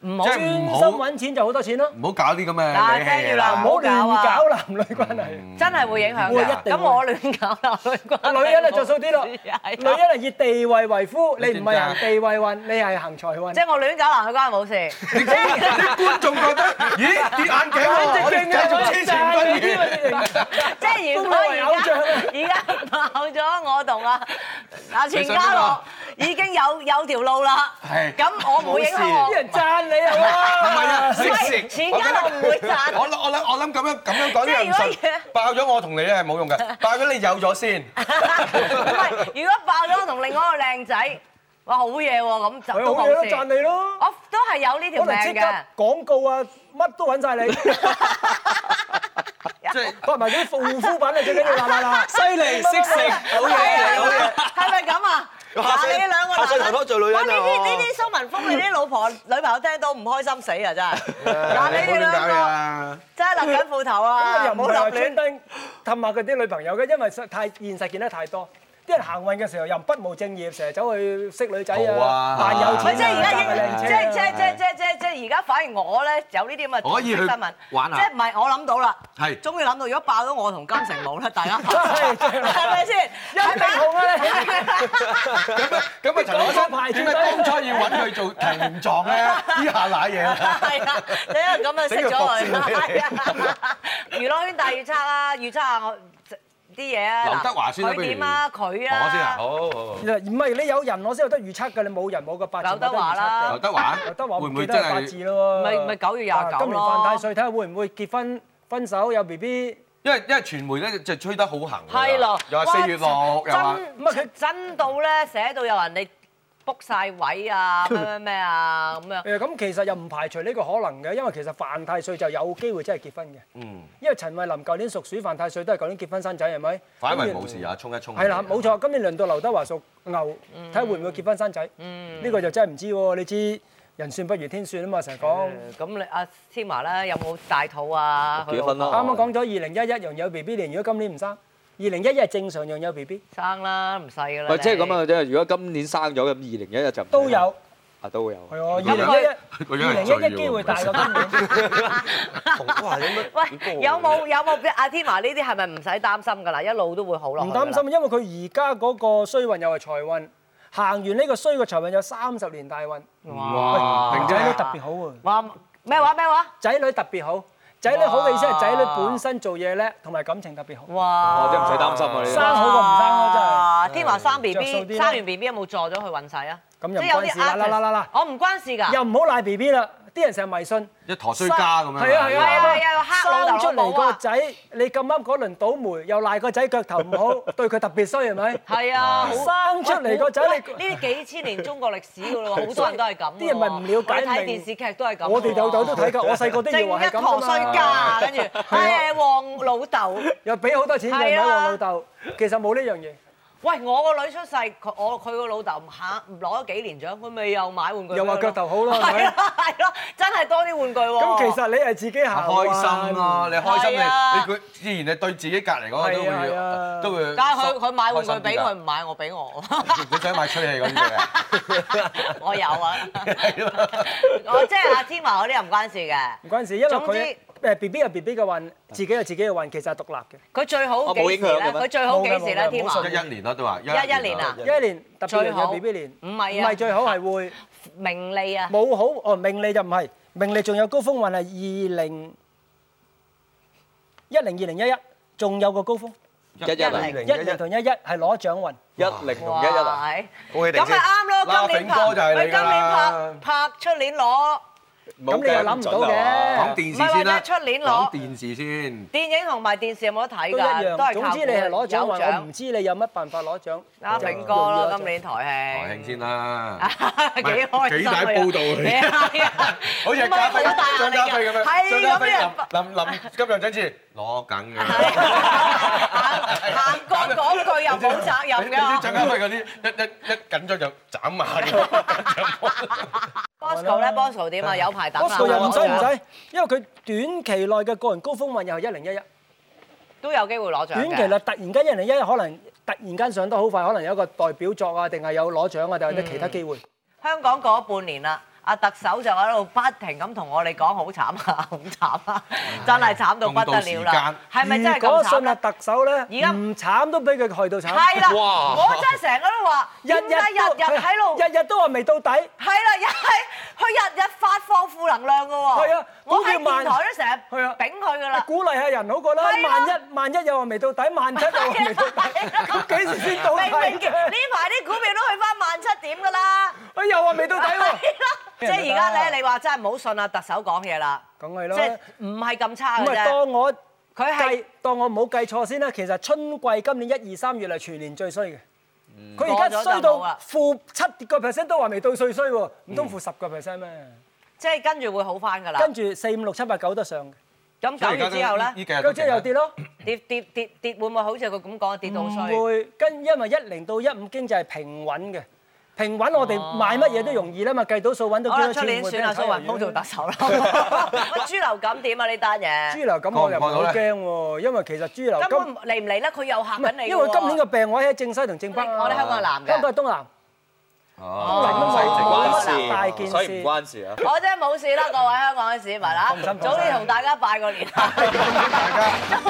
Speaker 1: 唔好
Speaker 2: 即係
Speaker 4: 專
Speaker 2: 唔
Speaker 4: 心
Speaker 2: 好
Speaker 4: 揾錢就好多錢咯，
Speaker 2: 唔好搞啲咁嘅
Speaker 1: 嗱，
Speaker 2: 理氣
Speaker 1: 聽住啦，
Speaker 2: 啊。
Speaker 4: 唔好亂搞男女關
Speaker 2: 嗯
Speaker 4: 係，
Speaker 1: 真係會影響
Speaker 4: 會一
Speaker 1: 㗎。
Speaker 4: 定會
Speaker 1: 咁我亂搞啦，女關
Speaker 4: 女人就着數啲 咯，女人係以地位為夫，你
Speaker 2: 啊你
Speaker 4: 唔係行
Speaker 2: 點解
Speaker 4: 地位運，你係行財運
Speaker 1: 即。係我亂搞男女關係冇事。
Speaker 2: 啲觀眾覺得，咦，跌眼鏡喎，我哋繼續黐前君嘅。
Speaker 1: 即係如果而家
Speaker 4: 啊
Speaker 1: 而家爆咗我同 阿阿全家樂
Speaker 4: 啊
Speaker 1: 已經有有條路啦，
Speaker 2: 係
Speaker 1: 咁我唔會影響
Speaker 4: 啲
Speaker 1: 我。
Speaker 4: 人讚你係嘛？
Speaker 2: 唔係啊，食食，
Speaker 1: 錢
Speaker 2: 我覺得
Speaker 1: 家樂唔會賺。
Speaker 2: 我諗我諗我諗咁樣咁樣講呢樣
Speaker 1: 即係如
Speaker 2: 唔
Speaker 1: 果
Speaker 2: 信，爆咗我同你咧係 冇用嘅，爆咗你有咗先，
Speaker 1: 唔係，如果爆咗我同另外一個靚仔，哇好嘢喎，咁就
Speaker 4: 佢
Speaker 1: 都
Speaker 4: 啊好嘢咯，
Speaker 1: 冇
Speaker 4: 讚
Speaker 1: 事。
Speaker 4: 你咯，
Speaker 1: 我都係有呢條
Speaker 4: 可
Speaker 1: 命
Speaker 4: 能即刻
Speaker 1: 嘅，
Speaker 4: 廣告啊，乜都揾晒你，
Speaker 2: 即係
Speaker 4: 發埋啲護膚品啊，最緊要啦啦啦，
Speaker 5: 犀利，識食，好嘢，好嘢。
Speaker 1: 係咪咁啊？嗱，你兩個
Speaker 6: 下世
Speaker 1: 男
Speaker 6: 頭
Speaker 1: 人
Speaker 6: 拖做女人
Speaker 1: 哇！
Speaker 6: 啊！
Speaker 1: 呢啲
Speaker 6: 我
Speaker 1: 呢啲蘇文峰，你啲老婆女朋友聽到唔開心死啊！真係， 嗱
Speaker 2: 嗱
Speaker 1: 你哋兩個
Speaker 2: 啊！
Speaker 1: 真係立緊褲頭啊！
Speaker 4: 又
Speaker 1: 唔
Speaker 4: 唔
Speaker 1: 好
Speaker 4: 係話
Speaker 1: 立
Speaker 4: 專
Speaker 1: 亂。
Speaker 4: 登氹下佢啲女朋友嘅，因為實太現實見得太多。啲人行運嘅時候又不務正業，成日走去識女仔
Speaker 2: 好
Speaker 4: 啊，
Speaker 2: 啊
Speaker 4: 扮有
Speaker 1: 唔係
Speaker 4: 錢
Speaker 1: 即係而家
Speaker 4: 啊，
Speaker 1: 應，
Speaker 4: 揸
Speaker 1: 即
Speaker 4: 架
Speaker 1: 係
Speaker 4: 靚
Speaker 1: 即
Speaker 4: 車啊。
Speaker 1: 係即係即係即係即係而家反而我咧有呢啲咁嘅
Speaker 2: 可以去
Speaker 1: 新聞
Speaker 2: 玩下
Speaker 1: 即係唔係我諗到啦，
Speaker 2: 係
Speaker 1: 終於諗到，如果爆咗我同金城武咧，大家
Speaker 4: 係 真係
Speaker 1: 係咪先？
Speaker 4: 一定紅啊 你
Speaker 2: 咁啊咁啊，陳可辛點解當初要揾佢做提 名狀咧？呢下賴嘢啦，
Speaker 1: 係啊，你因為咁啊識咗佢，係啊 娛樂圈大預測啊，預測下我啲嘢啊，嗱
Speaker 2: 劉德華先啦
Speaker 1: 佢點啊，佢啊，
Speaker 2: 我先啊，好好好
Speaker 4: 唔係你有人我先有得預測㗎，你冇人冇個八字
Speaker 1: 劉
Speaker 4: 冇得
Speaker 1: 德
Speaker 4: 預
Speaker 1: 華
Speaker 4: 測
Speaker 1: 啦
Speaker 4: 㗎。
Speaker 2: 劉德華，
Speaker 4: 有得話
Speaker 2: 會
Speaker 4: 唔
Speaker 2: 唔
Speaker 4: 記
Speaker 2: 會
Speaker 4: 得
Speaker 2: 真
Speaker 4: 係八字
Speaker 2: 係？
Speaker 4: 咯喎，
Speaker 1: 咪咪9月29
Speaker 4: 啊今年
Speaker 1: 咯
Speaker 4: 犯太歲，睇下會唔會結婚分手有 B B，
Speaker 2: 因為因為傳媒咧就吹得好行㗎啦，
Speaker 1: 係咯，
Speaker 2: 又話四月六，又話
Speaker 1: 哇真唔係佢真到咧，寫到有人哋 book 晒位 啊，咩咩咩啊咁樣。
Speaker 4: 誒呃咁其實又唔排除呢個可能嘅，因為其實犯太歲就有機會真係結婚嘅，
Speaker 2: 嗯，
Speaker 4: 因為陳慧琳舊年屬鼠犯太歲都係舊年結婚生仔係咪？
Speaker 2: 反為
Speaker 4: 咁
Speaker 2: 冇事啊，衝一衝
Speaker 4: 係啦，冇錯。今年輪到劉德華屬牛，
Speaker 1: 嗯
Speaker 4: 睇下會唔會結婚生仔？呢個就真係唔知喎，你知人算不如天算啊嘛，成日講。
Speaker 1: 咁你阿千華咧有冇大肚啊？
Speaker 5: 結婚啦
Speaker 4: 啱啱講咗二零一一羊有 B B 年，如果今年唔生，二零一一係正常羊有 B B
Speaker 1: 生啦，唔細噶啦。
Speaker 5: 喂，即係咁啊！即係如果今年生咗咁，二零一一就唔
Speaker 4: 都有，
Speaker 5: 啊，都有。
Speaker 4: 係喎，
Speaker 2: 咁
Speaker 4: 二零一一。
Speaker 2: 佢
Speaker 4: 二
Speaker 2: 個樣係醉
Speaker 4: 零一
Speaker 2: 喎
Speaker 4: 一機會大過今年，
Speaker 6: 同哇，你乜
Speaker 1: 你。喂，有冇有冇阿天華呢啲係咪唔使擔心㗎啦？一路都會好落去
Speaker 4: 唔
Speaker 1: 㗎啦
Speaker 4: 擔心，因為佢而家嗰個衰運又係財運，行完呢個衰嘅財運有三十年大運，
Speaker 2: 哇
Speaker 4: 仔女特別好喎，
Speaker 1: 哇！咩話咩話？
Speaker 4: 仔女特別好，仔女好嘅意思係仔女本身做嘢叻，同埋感情特別好，
Speaker 1: 哇！
Speaker 5: 我真係唔使擔心啊！你
Speaker 4: 生好過唔生咯，真係。
Speaker 1: 哇天華生 B
Speaker 4: 着數啲
Speaker 1: B，
Speaker 4: 啦
Speaker 1: 生完 B B 有冇助咗佢運勢啊？
Speaker 4: 咁又唔
Speaker 1: 即係有
Speaker 4: 關
Speaker 1: 啲
Speaker 4: 事啦
Speaker 1: artist
Speaker 4: 啦啦啦
Speaker 1: 我唔關事㗎。
Speaker 4: 又唔好賴 B B 啦，啲人成日迷信。
Speaker 2: 一陀衰家咁樣，
Speaker 4: 係啊係啊
Speaker 1: 係啊黑老豆
Speaker 4: 生出
Speaker 1: 老
Speaker 4: 嚟
Speaker 1: 母啊
Speaker 4: 個仔，你咁啱嗰輪倒霉，又賴個仔腳頭 唔好，對佢特別衰係咪？
Speaker 1: 係
Speaker 4: Ờ,
Speaker 1: 啊，好
Speaker 4: 生出嚟個仔
Speaker 1: 喂
Speaker 4: 你。
Speaker 1: 呢啲幾千年中國歷史㗎咯喎，好多人都係咁㗎喎。
Speaker 4: 啲人咪唔了
Speaker 1: 我
Speaker 4: 解
Speaker 1: 哋睇
Speaker 4: 明
Speaker 1: 電視劇都係咁㗎喎。
Speaker 4: 我哋有有都睇㗎，我 細個都以
Speaker 1: 正
Speaker 4: 為
Speaker 1: 一
Speaker 4: 係咁
Speaker 1: 堂
Speaker 4: 㗎
Speaker 1: 衰
Speaker 4: 嘛。
Speaker 1: 家，跟住誒黃老豆。
Speaker 4: 又俾好多錢嘅
Speaker 1: 係
Speaker 4: 唔
Speaker 1: 啊
Speaker 4: 好話老豆，其實冇呢樣嘢。
Speaker 1: 喂，我個女出世，佢我佢個老豆下攞咗幾年獎，佢咪又買玩具俾佢咯，
Speaker 4: 又話腳頭好咯 係咪
Speaker 1: 係啦係啦，真係多啲玩具喎。
Speaker 4: 咁其實你係自己行運
Speaker 2: 開心咯，你開心你
Speaker 1: 係啊
Speaker 2: 你佢自然你對自己隔離嗰個都
Speaker 4: 係啊係啊
Speaker 2: 會都會。
Speaker 1: 但係佢佢買玩具俾
Speaker 2: 開
Speaker 1: 佢，
Speaker 2: 心
Speaker 1: 唔買我俾我。
Speaker 2: 啲㗎你想買吹氣嗰啲嘢啊？
Speaker 1: 我有啊，
Speaker 2: 係咯
Speaker 1: 我即係阿 Tima 嗰啲又唔關事嘅。
Speaker 4: 唔關事，因為
Speaker 1: 總之
Speaker 4: 佢誒 B B 有 B B 嘅運，自己有自己嘅運，其實係獨立嘅。
Speaker 1: 佢最好
Speaker 5: 我冇
Speaker 1: 幾時
Speaker 5: 影響
Speaker 1: 咧？
Speaker 5: 嘅咩
Speaker 1: 佢最 好幾時咧
Speaker 4: 冇嘅冇嘅冇
Speaker 2: 一
Speaker 4: 嘅
Speaker 1: ？Tima
Speaker 2: 一年啦都話，
Speaker 1: 一
Speaker 2: 一
Speaker 1: 一年啊
Speaker 4: 一年特別
Speaker 1: 最
Speaker 4: 年
Speaker 1: 好
Speaker 4: 嘅 B B 年，
Speaker 1: 唔係啊
Speaker 4: 唔係最好 係會
Speaker 1: 名利啊，
Speaker 4: 冇好哦，命利就唔係，命利仲有高峰運係二零一零二零一一，仲有個高峰
Speaker 5: 一一啊，
Speaker 1: 一
Speaker 4: 一零同一一係攞獎運。
Speaker 5: 一零同
Speaker 1: 哇
Speaker 5: 一一啊，！
Speaker 2: 恭喜你
Speaker 1: 咁咪
Speaker 2: 先。
Speaker 1: 啱咯，今年
Speaker 2: 拉炳哥就
Speaker 1: 拍，
Speaker 2: 係你㗎
Speaker 1: 佢今年
Speaker 2: 啦
Speaker 1: 拍拍出年攞，
Speaker 5: 冇
Speaker 4: 咁你又
Speaker 5: 計
Speaker 4: 諗唔到
Speaker 5: 準啊
Speaker 4: 嘅
Speaker 2: 講電視
Speaker 1: 唔係
Speaker 2: 先
Speaker 1: 或
Speaker 2: 啦，
Speaker 1: 者出年攞
Speaker 2: 講電視先。
Speaker 1: 電影同埋電視有冇得睇
Speaker 4: 都一
Speaker 1: 㗎？
Speaker 4: 樣
Speaker 1: 都，係
Speaker 4: 總
Speaker 1: 靠
Speaker 4: 之你係攞獎
Speaker 1: 有
Speaker 4: 運，我唔知你有乜辦法攞獎。
Speaker 1: 阿
Speaker 4: 就
Speaker 1: 炳哥咯，
Speaker 4: 用咗
Speaker 1: 今年台
Speaker 2: 台
Speaker 1: 慶
Speaker 2: 慶先啦。
Speaker 1: 幾開心啊
Speaker 2: 幾大報導嚟
Speaker 1: 係啊
Speaker 2: 好似係加菲
Speaker 1: 唔係好大壓
Speaker 2: 張
Speaker 1: 力
Speaker 2: 家
Speaker 1: 㗎
Speaker 2: 輝咁樣，
Speaker 1: 係
Speaker 2: 張家
Speaker 1: 咁
Speaker 2: 輝
Speaker 1: 樣
Speaker 2: 林林林金像獎次攞緊
Speaker 1: 行
Speaker 2: 嘅。
Speaker 1: 行過嗰句又冇責任
Speaker 2: 你啲張
Speaker 1: 㗎。
Speaker 2: 家輝嗰啲一一一緊張就斬下嘅。
Speaker 1: Bosco 咧，Bosco 點啊？有排等啊
Speaker 4: Bosco 又唔使唔使，因為佢短期內嘅個人高峰運又係一零一一，
Speaker 1: 都有機會攞獎
Speaker 4: 短
Speaker 1: 嘅
Speaker 4: 期內突然間一零一一可能突然間上得好快，可能有一個代表作啊，定係有攞獎啊，定係有其他機會。
Speaker 1: 香港過咗半年啦，阿特首就喺度不停咁同我哋講好慘啊， 好慘啊，真係慘到不得了啦！係咪真係
Speaker 4: 如果
Speaker 1: 咁慘
Speaker 4: 信啊
Speaker 1: 咧？
Speaker 4: 特首咧，
Speaker 1: 家
Speaker 4: 唔慘都俾佢害到慘。
Speaker 1: 係啦，
Speaker 6: 哇
Speaker 1: 我真係成日都話，
Speaker 4: 日
Speaker 1: 點
Speaker 4: 日
Speaker 1: 解日日喺度？
Speaker 4: 日日都話未到底。
Speaker 1: 係啦，日係佢日日發放負能量㗎喎。
Speaker 4: 係啊
Speaker 1: 我喺
Speaker 4: 高叫慢
Speaker 1: 電台都成
Speaker 4: 係
Speaker 1: 日
Speaker 4: 啊
Speaker 1: 頂佢㗎啦。
Speaker 4: 鼓勵下人好過啦，
Speaker 1: 係啊
Speaker 4: 萬一萬一又話未到底，萬七又話未到底，咁幾時先到底
Speaker 1: 明明呢
Speaker 4: 啫？
Speaker 1: 排啲股票都去翻萬七點㗎啦。
Speaker 4: 哎又話未到底喎，
Speaker 1: 即係而家咧，你話真係唔好信啊特首講嘢啦，
Speaker 4: 梗係
Speaker 1: 即
Speaker 4: 啦。
Speaker 1: 係唔係咁差
Speaker 4: 唔
Speaker 1: 嘅
Speaker 4: 係
Speaker 1: 啫。
Speaker 4: 當我
Speaker 1: 佢係
Speaker 4: 計當我冇計錯先啦，其實春季今年一二三月係全年最衰嘅。佢而家
Speaker 1: 過咗
Speaker 4: 衰
Speaker 1: 就冇
Speaker 4: 到
Speaker 1: 啦
Speaker 4: 負七個 percent 都話未到最衰喎，唔通負十個 percent 咩？
Speaker 1: 即係跟住會好翻㗎啦。
Speaker 4: 跟住四五六七八九都上嘅，
Speaker 1: 咁九月之後 咧，
Speaker 2: 幾日
Speaker 4: 咁即係又跌咯，
Speaker 1: 跌跌跌跌會唔會好似佢咁講跌到
Speaker 4: 唔
Speaker 1: 衰？
Speaker 4: 會跟因為一零到一五經濟係平穩嘅，平穩我哋買乜嘢都容易啦嘛，計到數揾到
Speaker 1: 好啦，
Speaker 4: 幾多
Speaker 1: 出
Speaker 4: 錢
Speaker 1: 年
Speaker 4: 會俾
Speaker 1: 選
Speaker 4: 人
Speaker 1: 阿蘇
Speaker 4: 睇
Speaker 1: 雲
Speaker 4: 為
Speaker 1: 峰做
Speaker 4: 遠
Speaker 1: 特首啦。 喂豬流感點啊？呢單嘢
Speaker 4: 豬流感我又唔係
Speaker 2: 過唔過到
Speaker 4: 好
Speaker 2: 咧
Speaker 4: 驚喎，因為其實豬流
Speaker 1: 根本
Speaker 4: 感
Speaker 1: 嚟唔嚟咧？佢又嚇緊你
Speaker 4: 因為今年嘅
Speaker 1: 嘅
Speaker 4: 病位喺正西同正北啊，
Speaker 1: 我哋香港係男嘅
Speaker 4: 香港係東南。
Speaker 5: 唔關
Speaker 1: 哦
Speaker 4: 大件
Speaker 5: 事，
Speaker 4: 事
Speaker 5: 所以唔關事啊。
Speaker 1: 我真係冇事啦，各位香港嘅市民啊，早啲同大家拜個年啊！大家，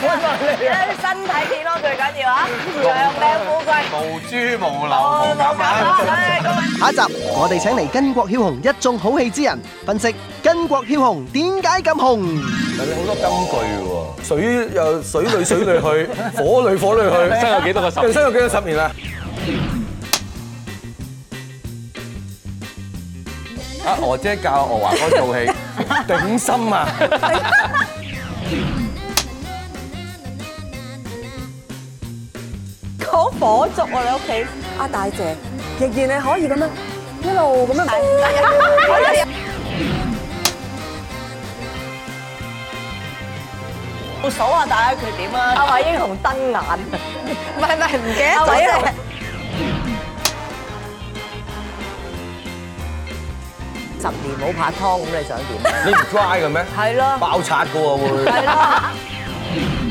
Speaker 1: 身體健康最緊要啊，長命富貴。
Speaker 2: 無豬無
Speaker 1: 冇冇咁
Speaker 2: 流無減啊！
Speaker 1: 唉各位
Speaker 3: 下一集我哋請嚟巾帼梟雄一眾好戲之人，分析巾帼梟雄點解咁紅。
Speaker 6: 水又水裏水裏去，火裏火裏去，生有幾多個十？生有幾多十年啊啦？
Speaker 2: 阿娥姐教娥華哥做戲，
Speaker 6: 頂心啊！
Speaker 7: 好火燭喎！你屋企阿大姐仍然係可以咁樣一路咁樣。
Speaker 1: 我數下大家缺點啊！阿華英雄瞪眼，唔係唔係唔記得
Speaker 7: 咗啫
Speaker 1: 十年冇拍拖，咁你想點？
Speaker 6: 你唔 dry 嘅咩？
Speaker 1: 係咯，
Speaker 6: 爆拆嘅喎會。
Speaker 1: 係咯。